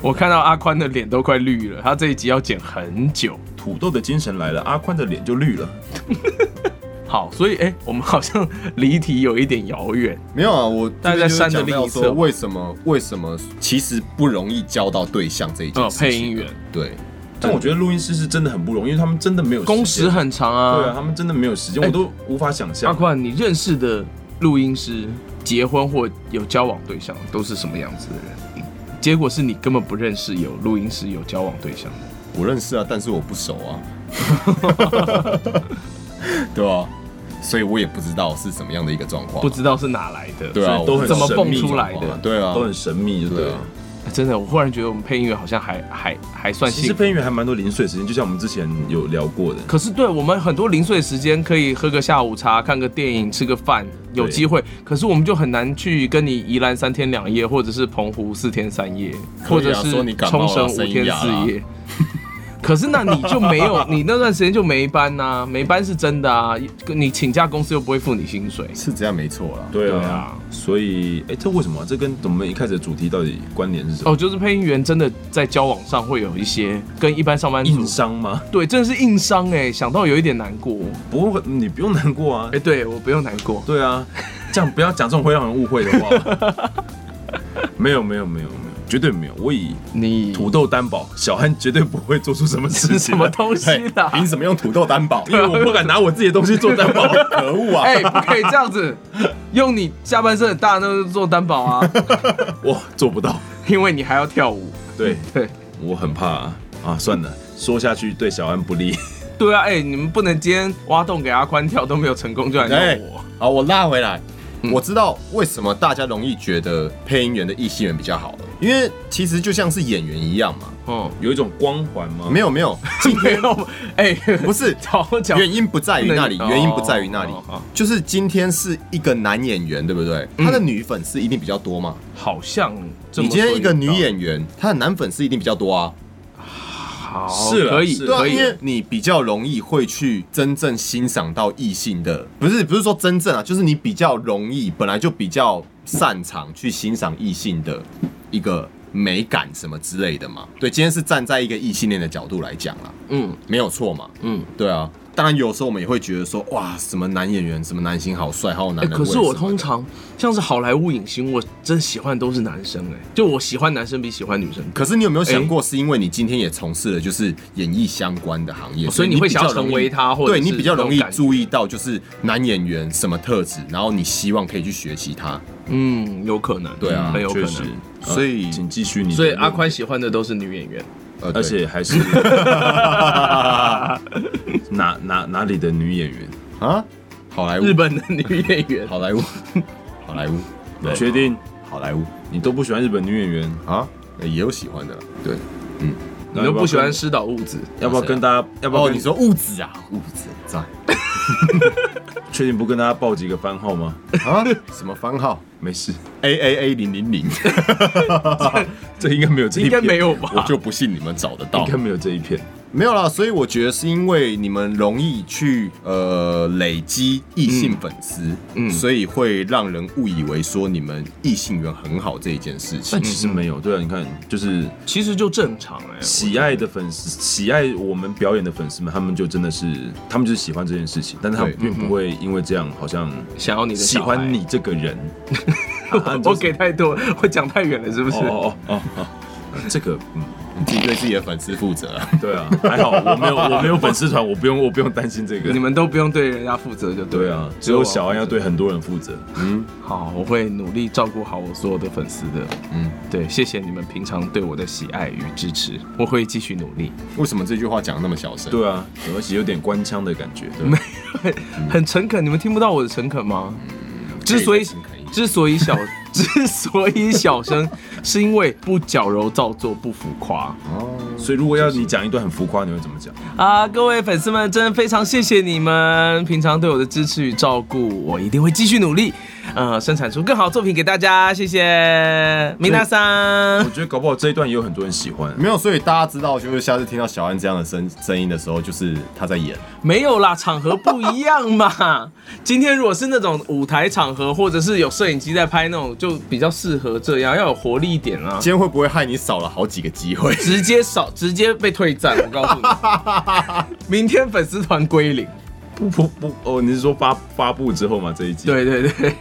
Speaker 3: 我看到阿宽的脸都快绿了，他这一集要剪很久。
Speaker 4: 土豆的精神来了，阿宽的脸就绿了。
Speaker 3: 好，所以哎、我们好像离题有一点遥远。
Speaker 5: 没有啊，我这边
Speaker 3: 但在
Speaker 5: 就是
Speaker 3: 山的
Speaker 5: 讲到
Speaker 3: 另一侧
Speaker 5: 说为什么为什么其实不容易交到对象这一件
Speaker 4: 哦
Speaker 3: 呃，
Speaker 5: 事情，
Speaker 3: 配音员
Speaker 5: 对，
Speaker 4: 但我觉得录音师是真的很不容易，因为他们真的没有
Speaker 3: 工
Speaker 4: 间
Speaker 3: 时很长啊。
Speaker 4: 对啊，他们真的没有时间，
Speaker 3: 哎
Speaker 4: 我都无法想
Speaker 3: 阿
Speaker 4: 象。
Speaker 3: 宽，你认识的录音师结婚或有交往对象都是什么样子的人？嗯结果是你根本不认识有录音师有交往对象的。
Speaker 5: 我认识啊，但是我不熟 啊，对啊，所以我也不知道是什么样的一个状况，
Speaker 3: 不知道是哪来的。
Speaker 5: 对啊，
Speaker 4: 所以都很
Speaker 5: 我不知道
Speaker 4: 神
Speaker 3: 怎么蹦
Speaker 4: 秘
Speaker 3: 出来的
Speaker 5: 状况啊对啊，
Speaker 4: 都很神秘，对不对
Speaker 5: 对啊？
Speaker 3: 哎真的，我忽然觉得我们配音员好像还还还算
Speaker 4: 其实
Speaker 3: 幸
Speaker 4: 配音员还蛮多零碎时间，就像我们之前有聊过的。
Speaker 3: 可是对我们很多零碎时间，可以喝个下午茶、看个电影、吃个饭，有
Speaker 4: 对
Speaker 3: 机会。可是我们就很难去跟你宜兰三天两夜，或者是澎湖四天三 夜，
Speaker 5: 可以啊啊
Speaker 3: 或者是
Speaker 5: 说你感冒
Speaker 3: 冲
Speaker 5: 了
Speaker 3: 绳五天四
Speaker 5: 声音哑
Speaker 3: 夜。可是那你就没有，你那段时间就没班呐、没班是真的啊。你请假，公司又不会付你薪水。
Speaker 5: 是这样没错 啦，
Speaker 4: 对
Speaker 3: 对啊，
Speaker 4: 所以哎，这为什么啊？这跟我们一开始的主题到底关联是什么？
Speaker 3: 哦，就是配音员真的在交往上会有一些跟一般上班族
Speaker 4: 硬，伤吗？
Speaker 3: 对，真的是硬伤哎、想到有一点难过。
Speaker 4: 不过你不用难过啊
Speaker 3: 哎、。对我不用难过。
Speaker 4: 对啊，这样不要讲这种会让人误会的话。 没有没有没有没有，绝对没有。我以
Speaker 3: 你
Speaker 4: 土豆担保，小汉绝对不会做出什么事情
Speaker 3: 是
Speaker 4: 的。
Speaker 3: 什么东西啊
Speaker 5: 嘿
Speaker 4: 啊
Speaker 3: 啦？
Speaker 5: 凭什么用土豆担保？
Speaker 4: 因为我不敢拿我自己的东西做担保。
Speaker 5: 可 恶啊！
Speaker 3: 哎、不可以这样子，用你下半身很大那做担保 啊，
Speaker 4: 我做不 到。
Speaker 3: 因为你还要跳舞。
Speaker 4: 对，
Speaker 3: 对
Speaker 4: 我很怕啊。啊算了，说下去对小安不利。
Speaker 3: 对啊，哎、你们不能今天挖洞给阿宽跳都没有成功就来
Speaker 5: 哎
Speaker 3: 弄我。，嗯
Speaker 5: 好，我拉回来。我知道为什么大家容易觉得配音员的异性缘比较好了，因为其实就像是演员一样嘛。
Speaker 3: 哦、
Speaker 4: 有一种光环
Speaker 3: 嗯
Speaker 4: 吗？
Speaker 5: 没有没 有，今
Speaker 3: 没
Speaker 5: 天
Speaker 3: 有，哎、
Speaker 5: 不 是
Speaker 3: 好讲
Speaker 5: 原因不在于那里，
Speaker 3: 不能
Speaker 5: 原因不在于那里
Speaker 3: 哦哦哦，
Speaker 5: 就是今天是一个男演员，对不对？他的女粉丝一定比较多嘛。
Speaker 3: 好像这
Speaker 5: 你
Speaker 3: 么
Speaker 5: 今天一个女
Speaker 3: 说有道
Speaker 5: 演员，她的男粉丝一定比较多啊。
Speaker 3: 理好
Speaker 4: 是啦
Speaker 3: 可以
Speaker 4: 是
Speaker 5: 对
Speaker 3: 可
Speaker 5: 啊，因
Speaker 3: 以
Speaker 5: 为你比较容易会去真正欣赏到异性的，不是不是说真正啊，就是你比较容易，本来就比较擅长去欣赏异性的一个美感什么之类的嘛。对，今天是站在一个异性恋的角度来讲啦，
Speaker 3: 嗯
Speaker 5: 没有错嘛。
Speaker 3: 嗯。
Speaker 5: 对啊，当然有时候我们也会觉得说，哇，什么男演员，什么男星好帅，好有男
Speaker 3: 哎、
Speaker 5: 人味、
Speaker 3: 可是我通
Speaker 5: 什么
Speaker 3: 常像是好莱坞影星，我真喜欢都是男生哎、就我喜欢男生比喜欢女生
Speaker 5: 的，可是你有没有想
Speaker 3: 哎
Speaker 5: 过，是因为你今天也从事了就是演艺相关的行业，
Speaker 3: 哦所以你会
Speaker 5: 比较
Speaker 3: 想要成
Speaker 5: 容易
Speaker 3: 为他或者
Speaker 5: 对你
Speaker 3: 是
Speaker 5: 比较
Speaker 3: 那种
Speaker 5: 容易
Speaker 3: 感觉
Speaker 5: 注意到就是男演员什么特质，然后你希望可以去学习他。
Speaker 3: 嗯，有可能，
Speaker 5: 对啊
Speaker 3: 很有可
Speaker 4: 确实
Speaker 3: 能。
Speaker 4: 呃
Speaker 5: 所以
Speaker 4: 请继续你。
Speaker 3: 所以阿，宽喜欢的都是女演员。
Speaker 5: 呃，对
Speaker 4: 而且还是哪哪哪里的女演员？
Speaker 5: 啊，好莱坞
Speaker 3: 日，本的女演员。
Speaker 5: 好莱坞， 好莱坞，
Speaker 4: 你确定
Speaker 5: 好莱坞
Speaker 4: 你都不喜欢日本女演员？
Speaker 5: 啊，呃也有喜欢的啦。哦对，
Speaker 3: 你都不喜欢施岛雾子，
Speaker 4: 要不要跟大家？要不要
Speaker 5: 哦，
Speaker 4: 跟
Speaker 5: 你说物质啊，物质在
Speaker 4: 确定不跟大家报几个番号吗？
Speaker 5: 啊，什么番号
Speaker 4: 没事，
Speaker 5: ？A A A 零零 零，
Speaker 4: 这应该没有这一
Speaker 3: 应
Speaker 4: 篇，
Speaker 3: 该没有
Speaker 5: 我
Speaker 3: 吧？
Speaker 5: 就不信你们找得到
Speaker 4: 应。该没有这一篇。
Speaker 5: 没有啦，所以我觉得是因为你们容易去呃累积异性粉丝，
Speaker 3: 嗯
Speaker 5: 所以会让人误以为说你们异性缘很好这一件事情嗯
Speaker 4: 但。其实没有，对啊，你看，就是
Speaker 3: 其实就正常 哎、
Speaker 4: 喜爱的粉丝，喜爱我们表演的粉丝们，他们就真的是，他们就是喜欢这件事情，但是他们
Speaker 5: 对
Speaker 4: 并不会因为这样好像
Speaker 3: 想要你的
Speaker 4: 喜
Speaker 3: 小孩
Speaker 4: 欢，你这个人。啊
Speaker 3: 我给太多，我讲太远了，是不是？
Speaker 4: 哦哦哦哦， 这个嗯，
Speaker 5: 你自己对自己的粉丝负责、啊。
Speaker 4: 对啊，还好我没有我没有粉丝团，我不用我不用担心这
Speaker 3: 你
Speaker 4: 个。
Speaker 3: 们都不用对人家负责就
Speaker 4: 对
Speaker 3: 了
Speaker 4: 啊，只有小
Speaker 3: 我
Speaker 4: 安要对很多人负责。
Speaker 3: 好，我会努力照顾好我所有的粉丝的。嗯，对，谢谢你们平常对我的喜爱与支持，我会继续努力。
Speaker 5: 为什么这句话讲得那么小声？
Speaker 4: 对啊，而且有点官腔的感觉。对吧，嗯
Speaker 3: 很诚恳，你们听不到我的诚恳吗？之所
Speaker 5: 可
Speaker 3: 以
Speaker 5: 以可以可以
Speaker 3: 之所以小 之所以小声，是因为不矫揉造作，不浮夸
Speaker 4: 所以如果要你讲一段很浮夸，你会怎么讲？
Speaker 3: 啊！各位粉丝们，真的非常谢谢你们平常对我的支持与照顾，我一定会继续努力，呃，生产出更好的作品给大家。谢谢米娜桑
Speaker 4: 我。觉得搞不好这一段也有很多人喜欢。
Speaker 5: 没有，所以大家知道，就是下次听到小安这样的声声音的时候，就是他在演。
Speaker 3: 没有啦，场合不一样嘛。 今天如果是那种舞台场合，或者是有摄影机在拍那种，就比较适合这样，要有活力一点啊。
Speaker 5: 今天会不会害你少了好几个机会？
Speaker 3: 直接少，直接被退战，我告诉你， 明天粉丝团归零。
Speaker 4: 不不不，哦，你是说发发布之后吗？这一集？
Speaker 3: 对对 对，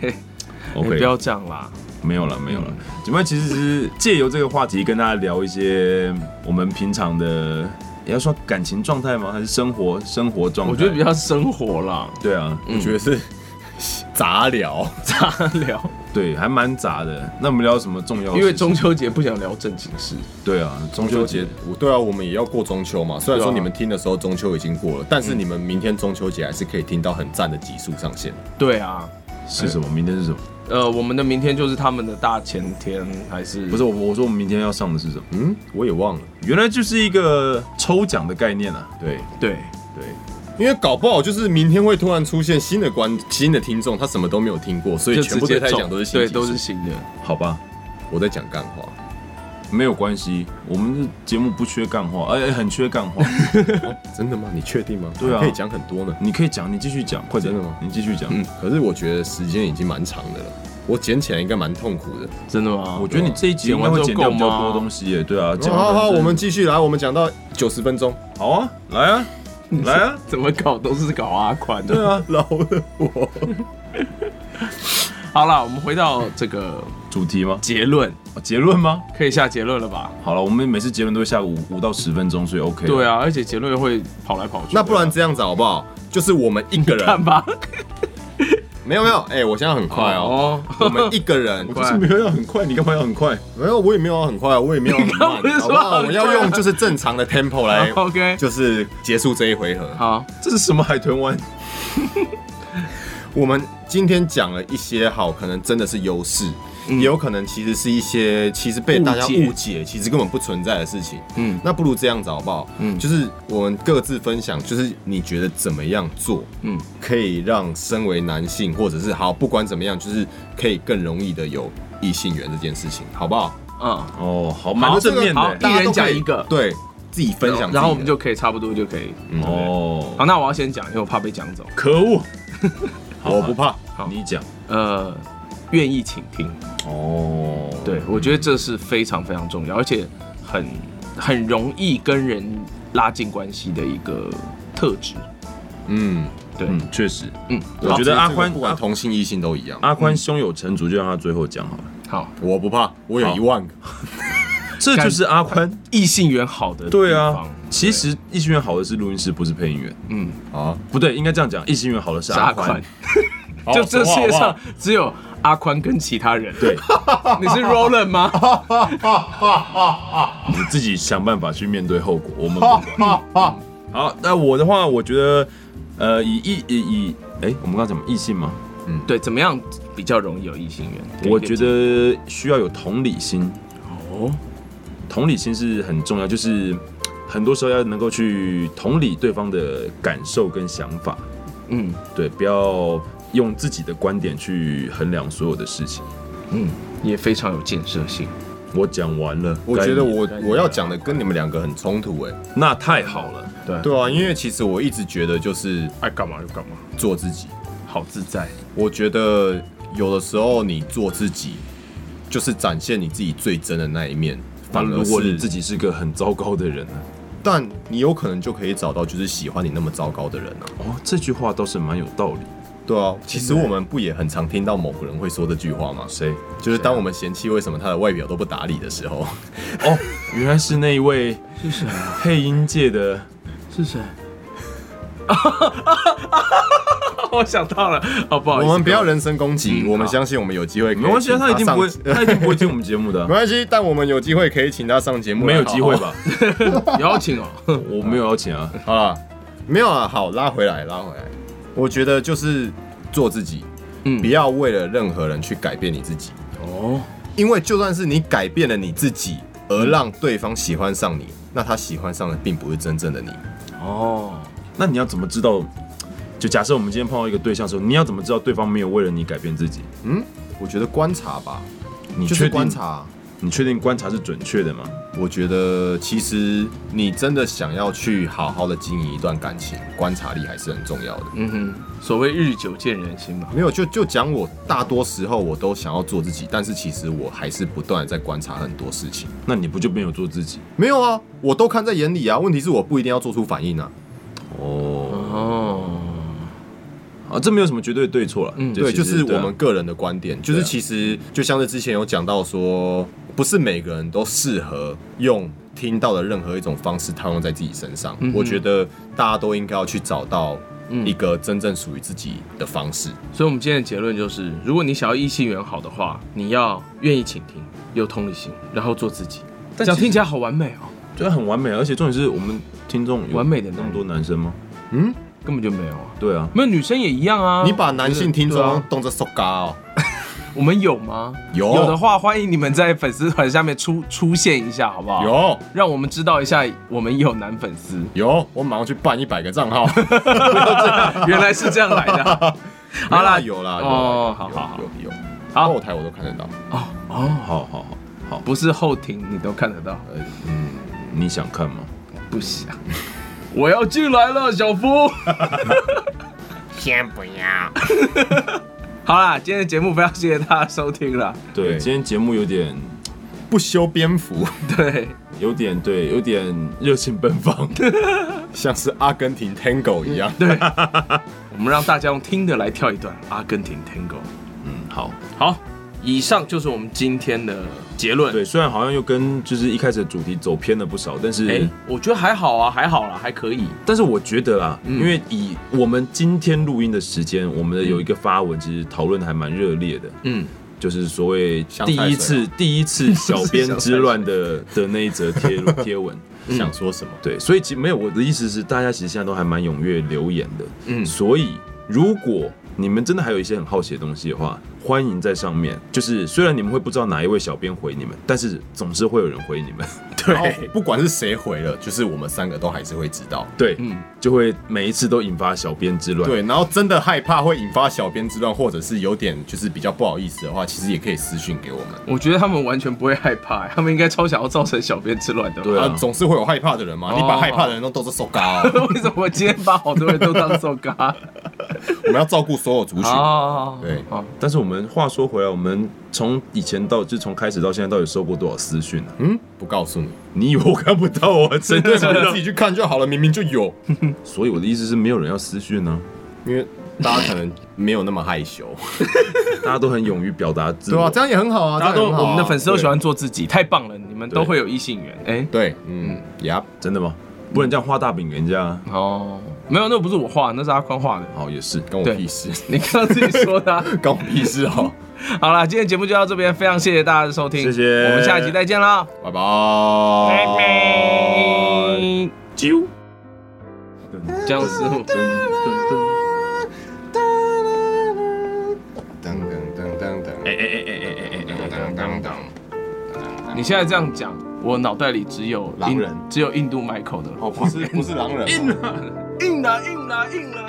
Speaker 4: ，OK，
Speaker 3: 不要这样啦。
Speaker 4: 没有了，没有了。怎么样？其实是借由这个话题跟大家聊一些我们平常的，也要说感情状态吗？还是生活生活状态？
Speaker 3: 我觉得比较生活啦，
Speaker 4: 对啊，
Speaker 5: 我觉得是 杂聊。
Speaker 3: 杂聊，
Speaker 4: 对，还蛮杂的。那我们聊什么重要的事情？
Speaker 3: 因为中秋节不想聊正经事。
Speaker 4: 对啊，中秋节
Speaker 5: 我对啊，我们也要过中秋嘛。虽然说你们听的时候中秋已经过了，但是你们明天中秋节还是可以听到很赞的集数上线。
Speaker 3: 对啊，
Speaker 4: 是什么？明天是什么？
Speaker 3: 呃，我们的明天就是他们的大前天，还是
Speaker 4: 不是我，我说我们明天要上的是什么？
Speaker 5: 嗯，我也忘了。
Speaker 4: 原来就是一个抽奖的概念啊。
Speaker 5: 对，
Speaker 3: 对，
Speaker 5: 因为搞不好就是明天会突然出现新的观新的听众，他什么都没有听过，所以
Speaker 3: 就
Speaker 5: 全
Speaker 3: 直
Speaker 5: 部对
Speaker 3: 接
Speaker 5: 他
Speaker 3: 中
Speaker 5: 讲都是新
Speaker 3: 对，
Speaker 5: 集
Speaker 3: 都是
Speaker 5: 数
Speaker 3: 新的。
Speaker 4: 好吧，
Speaker 5: 我在讲干话。
Speaker 4: 没有关系，我们的节目不缺干话，哎、很缺干话。
Speaker 5: 真的吗？你确定吗？
Speaker 4: 对啊
Speaker 5: 还可以讲很多呢。
Speaker 4: 你可以讲，你继续讲，快点，
Speaker 5: 真的吗
Speaker 4: 你继续讲。
Speaker 5: 嗯，可是我觉得时间已经蛮长的了，我剪起来应该蛮痛苦的。
Speaker 3: 真的吗？
Speaker 4: 我觉得你这一集应该会剪掉比较多东西耶，对啊，剪
Speaker 5: 好好，
Speaker 4: 完
Speaker 5: 我
Speaker 4: 整
Speaker 5: 们继续来，我们讲到九十分钟。
Speaker 4: 好啊，来啊，来啊，
Speaker 3: 怎么搞都是搞阿宽的。
Speaker 4: 对啊，
Speaker 5: 老了我，
Speaker 3: 好啦，我们回到这个
Speaker 4: 主题吗？
Speaker 3: 结论，
Speaker 4: 哦结论吗？
Speaker 3: 可以下结论了吧？
Speaker 4: 好了，我们每次结论都会下午五到十分钟，所以 OK。
Speaker 3: 对，啊，而且结论会跑来跑去。
Speaker 5: 那不然这样子好不好？就是我们一个
Speaker 3: 看
Speaker 5: 人，
Speaker 3: 吧，
Speaker 5: 没有没有，哎、我现在很快哦。
Speaker 3: 哦，
Speaker 5: 我们一个 人，
Speaker 4: 不是没有要很快，你干嘛要很快？
Speaker 5: 没有，我也没有要很快，我也没有要很慢
Speaker 3: 你刚不是，
Speaker 5: 好
Speaker 3: 说
Speaker 5: 不好？
Speaker 3: 很快
Speaker 5: 我要用就是正常的 tempo 来
Speaker 3: OK，
Speaker 5: 就是结束这一回合。
Speaker 3: 哦好，
Speaker 4: 这是什么海豚湾？
Speaker 5: 我们今天讲了一些好，可能真的是优势，也有可能其实是一些其实被大家
Speaker 3: 嗯误解
Speaker 5: 误解，其实根本不存在的事情。
Speaker 3: 嗯
Speaker 5: 那不如这样子好不好？
Speaker 3: 嗯
Speaker 5: 就是我们各自分享，就是你觉得怎么样做，
Speaker 3: 嗯，
Speaker 5: 可以让身为男性或者是好，不管怎么样，就是可以更容易的有异性缘这件事情，好不好？
Speaker 3: 嗯，
Speaker 4: 哦，好，蛮
Speaker 3: 好
Speaker 4: 正面的
Speaker 3: 好
Speaker 4: 欸耶。
Speaker 5: 大家都
Speaker 3: 一人讲
Speaker 5: 可以
Speaker 3: 一个
Speaker 5: 对自己分享自己的，
Speaker 3: 然后我们就可以差不多就可以。
Speaker 5: 嗯
Speaker 4: 哦，
Speaker 3: 好，那我要先讲，因为我怕被讲走。
Speaker 4: 可恶，
Speaker 5: 我不怕，
Speaker 3: 好
Speaker 4: 你讲。
Speaker 3: 呃，愿意倾听，
Speaker 4: 哦，
Speaker 3: 对我觉得这是非常非常重要，而且很很容易跟人拉近关系的一个特质。
Speaker 5: 嗯，
Speaker 3: 对，
Speaker 4: 嗯，确实，
Speaker 3: 嗯，
Speaker 4: 我觉得阿啊宽
Speaker 5: 啊不管同性异性都一样，
Speaker 4: 阿宽胸有成竹，就让他最后讲好了。
Speaker 3: 好，
Speaker 5: 我不怕，我有一万个，
Speaker 4: 这就是阿宽。
Speaker 3: 异性缘好的
Speaker 4: 对
Speaker 3: 地
Speaker 4: 啊
Speaker 3: 方，
Speaker 4: 其实异性缘好的是录音师，不是配音员。
Speaker 3: 嗯，
Speaker 5: 啊，
Speaker 4: 不对，应该这样讲，异性缘好的是
Speaker 3: 是
Speaker 4: 阿
Speaker 3: 阿
Speaker 4: 宽
Speaker 3: 宽。。
Speaker 4: 啊
Speaker 3: 就这世界上只有阿宽跟其他人。对，你是 Roland 吗？
Speaker 4: 你自己想办法去面对后果，我们不管。嗯好，那我的话，我觉得，呃，以异以以，哎、我们刚才讲异性吗？
Speaker 3: 对，怎么样比较容易有异性缘？给
Speaker 4: 我
Speaker 3: 一个
Speaker 4: 觉得需要有同理心，
Speaker 3: 哦，
Speaker 4: 同理心是很重要，就是很多时候要能够去同理对方的感受跟想法，
Speaker 3: 嗯
Speaker 4: 对，不要用自己的观点去衡量所有的事情。
Speaker 3: 嗯，也非常有建设性。
Speaker 4: 我讲完了，
Speaker 5: 我觉
Speaker 4: 该
Speaker 5: 得
Speaker 4: 你
Speaker 5: 我
Speaker 4: 该你
Speaker 5: 我要讲的跟你们两个很冲突哎、
Speaker 4: 那太好了，对，
Speaker 5: 对啊，因为其实我一直觉得就是
Speaker 4: 爱哎干嘛就干嘛，
Speaker 5: 做自己，
Speaker 3: 好自在。
Speaker 5: 我觉得有的时候你做自己，就是展现你自己最真的那一面，
Speaker 4: 那
Speaker 5: 反
Speaker 4: 如
Speaker 5: 而
Speaker 4: 果
Speaker 5: 是
Speaker 4: 你自己是个很糟糕的人呢？
Speaker 5: 但你有可能就可以找到就是喜欢你那么糟糕的人啊。
Speaker 4: 哦，这句话倒是蛮有道理。
Speaker 5: 对啊，其实我们不也很常听到某个人会说这句话吗？
Speaker 4: 谁？
Speaker 5: 就是当我们嫌弃为什么他的外表都不打理的时 候，
Speaker 4: 哦，原来是那一位
Speaker 3: 是谁啊？
Speaker 4: 配音界的
Speaker 3: 是谁？ 我想到了，哦，不好意
Speaker 5: 我
Speaker 3: 思，
Speaker 5: 们不要人身攻击，
Speaker 3: 嗯
Speaker 5: 我们
Speaker 3: 好
Speaker 5: 相信我们有机会可以
Speaker 4: 没关系啊，
Speaker 5: 请
Speaker 4: 他一定
Speaker 5: 上
Speaker 4: 不 会，
Speaker 5: 节
Speaker 4: 他一定不会听我们节目的啊、
Speaker 5: 没关系，但我们有机会可以请他上节目，
Speaker 4: 没有机会？吧？
Speaker 3: 邀请哦。
Speaker 4: 我没有邀请啊。
Speaker 5: 好了，没有啊，好拉回来，拉回来。我觉得就是做自己，
Speaker 3: 嗯
Speaker 5: 不要为了任何人去改变你自己，
Speaker 3: 哦，
Speaker 5: 因为就算是你改变了你自己，而让对方喜欢上你，那他喜欢上的并不是真正的你。
Speaker 4: 哦，那你要怎么知道？就假设我们今天碰到一个对象的时候，你要怎么知道对方没有为了你改变自己？
Speaker 5: 嗯，我觉得观察吧，
Speaker 4: 你
Speaker 5: 就
Speaker 4: 确
Speaker 5: 是
Speaker 4: 定
Speaker 5: 观察。
Speaker 4: 你确定观察是准确的吗？
Speaker 5: 我觉得其实你真的想要去好好的经营一段感情，观察力还是很重要的。
Speaker 3: 嗯哼，所谓日久见人心嘛。
Speaker 5: 没有，就就讲我大多时候我都想要做自己，但是其实我还是不断的在观察很多事情。
Speaker 4: 那你不就没有做自己？
Speaker 5: 没有啊，我都看在眼里啊。问题是我不一定要做出反应啊。
Speaker 4: 哦，
Speaker 3: 哦，
Speaker 4: 啊，这没有什么绝对对错了。
Speaker 3: 嗯
Speaker 5: 对，
Speaker 4: 其
Speaker 5: 就
Speaker 4: 实
Speaker 5: 是
Speaker 4: 对
Speaker 5: 我
Speaker 4: 啊
Speaker 5: 们个人的观点，就是
Speaker 3: 啊
Speaker 5: 其实就像是之前有讲到说，不是每个人都适合用听到的任何一种方式套用在自己身上。
Speaker 3: 嗯哼
Speaker 5: 我觉得大家都应该要去找到
Speaker 3: 嗯
Speaker 5: 一个真正属于自己的方式。
Speaker 3: 所以我们今天的结论就是，如果你想要异性缘好的话，你要愿意倾听，有同理心，然后做自己。这
Speaker 4: 但
Speaker 3: 样
Speaker 4: 其实
Speaker 3: 听起来好完美哦，
Speaker 4: 觉得很完美，而且重点是我们听众有
Speaker 3: 完美的男
Speaker 4: 那么多男生吗？
Speaker 3: 根本就没有啊。
Speaker 4: 对啊，
Speaker 3: 没有女生也一样啊。
Speaker 5: 你把男性听
Speaker 3: 对
Speaker 5: 众
Speaker 3: 啊
Speaker 5: 动作手嘎哦，
Speaker 3: 我们有吗？
Speaker 5: 有
Speaker 3: 有的话，欢迎你们在粉丝团下面出出现一下，好不好？，
Speaker 5: 有
Speaker 3: 让我们知道一下，我们有男粉丝，
Speaker 5: 有，我马上去办一百个账号。
Speaker 3: 原来是这样 来的。好啦，
Speaker 5: 有啦，有啦
Speaker 3: 哦
Speaker 5: 有
Speaker 3: 好好好
Speaker 5: 有有，
Speaker 3: 好
Speaker 5: 后台我都看得到。
Speaker 3: 哦哦，
Speaker 4: 好好好，
Speaker 3: 不是后庭你都看得到，
Speaker 4: 你想看吗？
Speaker 3: 不行，我要进来了，小夫。
Speaker 6: 先不要。
Speaker 3: 好啦，今天的节目非常谢谢大家收听了。
Speaker 4: 对，
Speaker 5: 对
Speaker 4: 今天节目有点
Speaker 5: 不修边幅，
Speaker 3: 对，
Speaker 4: 有点对，有点热情奔 放。
Speaker 5: 像是阿根廷 Tango 一
Speaker 3: 嗯
Speaker 5: 样。
Speaker 3: 我们让大家用听的来跳一段阿根廷 Tango。
Speaker 4: 嗯，好。
Speaker 3: 好，以上就是我们今天的结论。
Speaker 4: 对，虽然好像又跟就是一开始的主题走偏了不少，但是、
Speaker 3: 哎、我觉得还好啊，还好啦，还可以。
Speaker 4: 但是我觉得啦，
Speaker 5: 嗯
Speaker 4: 因为以我们今天录音的时间，我们的有一个发文，其实讨论得还蛮热烈的，
Speaker 3: 嗯，
Speaker 4: 就是所谓
Speaker 5: 香
Speaker 4: 第
Speaker 5: 菜
Speaker 4: 一
Speaker 5: 水啊
Speaker 4: 次第一 次小编之乱的的那一则贴录 贴文。
Speaker 5: 想说什么？
Speaker 4: 对，所以其实没有我的意思是，大家其实现在都还蛮踊跃留言的。
Speaker 3: 嗯
Speaker 4: 嗯，所以如果你们真的还有一些很好奇的东西的话，欢迎在上面。就是虽然你们会不知道哪一位小编回你们，但是总是会有人回你们。
Speaker 5: 然后不管是谁回了，就是我们三个都还是会知道。
Speaker 4: 对，
Speaker 3: 嗯
Speaker 4: 就会每一次都引发小编之乱。
Speaker 5: 对，然后真的害怕会引发小编之乱，或者是有点就是比较不好意思的话，其实也可以私讯给我们。
Speaker 3: 我觉得他们完全不会害怕、他们应该超想要造成小编之乱的。
Speaker 4: 对啊
Speaker 5: 啊，总是会有害怕的人嘛。
Speaker 3: 哦
Speaker 5: 你把害怕的人都都是收 高，啊
Speaker 3: 为什么今天把好多人都当做 嘎？
Speaker 5: 我们要照顾所有族群。
Speaker 3: 哦，
Speaker 5: 对
Speaker 3: 哦，
Speaker 4: 但是我们话说回来，我们从以前到就从开始到现在，到底收过多少私讯啊？
Speaker 5: 嗯，不告诉你，
Speaker 4: 你以为我看不到啊？真的
Speaker 5: 对，你自己去看就好了，明明就有。
Speaker 4: 所以我的意思是，没有人要私讯啊呢、
Speaker 5: 因为大家可能没有那么害羞，
Speaker 4: 啊，大家都很勇于表达自
Speaker 5: 对
Speaker 4: 我。
Speaker 5: 啊，这样也很好啊。
Speaker 3: 大家都
Speaker 5: 这样也很好啊
Speaker 3: 我们的粉丝都喜欢做自己，太棒了，你们都会有异性缘。哎、
Speaker 5: 对。对，嗯，呀，
Speaker 4: 真的吗？不能这样画大饼给人家啊。哦
Speaker 3: 哦，没有，那不是我画，那是阿宽画的。
Speaker 4: 好，也是。
Speaker 5: 跟我
Speaker 3: 对
Speaker 5: 屁事，
Speaker 3: 你刚刚自己说的啊、
Speaker 5: 跟我屁事哦。
Speaker 3: 好啦，今天节目就到这边，非常谢谢大家的收听，
Speaker 4: 谢谢
Speaker 3: 我们下一集再见啦，
Speaker 5: 拜拜，拜拜。
Speaker 4: 啾。
Speaker 3: 僵尸我
Speaker 4: 噔噔噔
Speaker 5: 噔噔噔噔噔，哎哎哎哎哎哎哎噔噔噔噔。
Speaker 3: 你现在这样讲，我脑袋里只有
Speaker 5: 狼
Speaker 3: 印
Speaker 5: 人
Speaker 3: 只有印度 Michael 的了，
Speaker 5: 哦，不是不是狼人、
Speaker 3: 硬了硬了硬了硬了。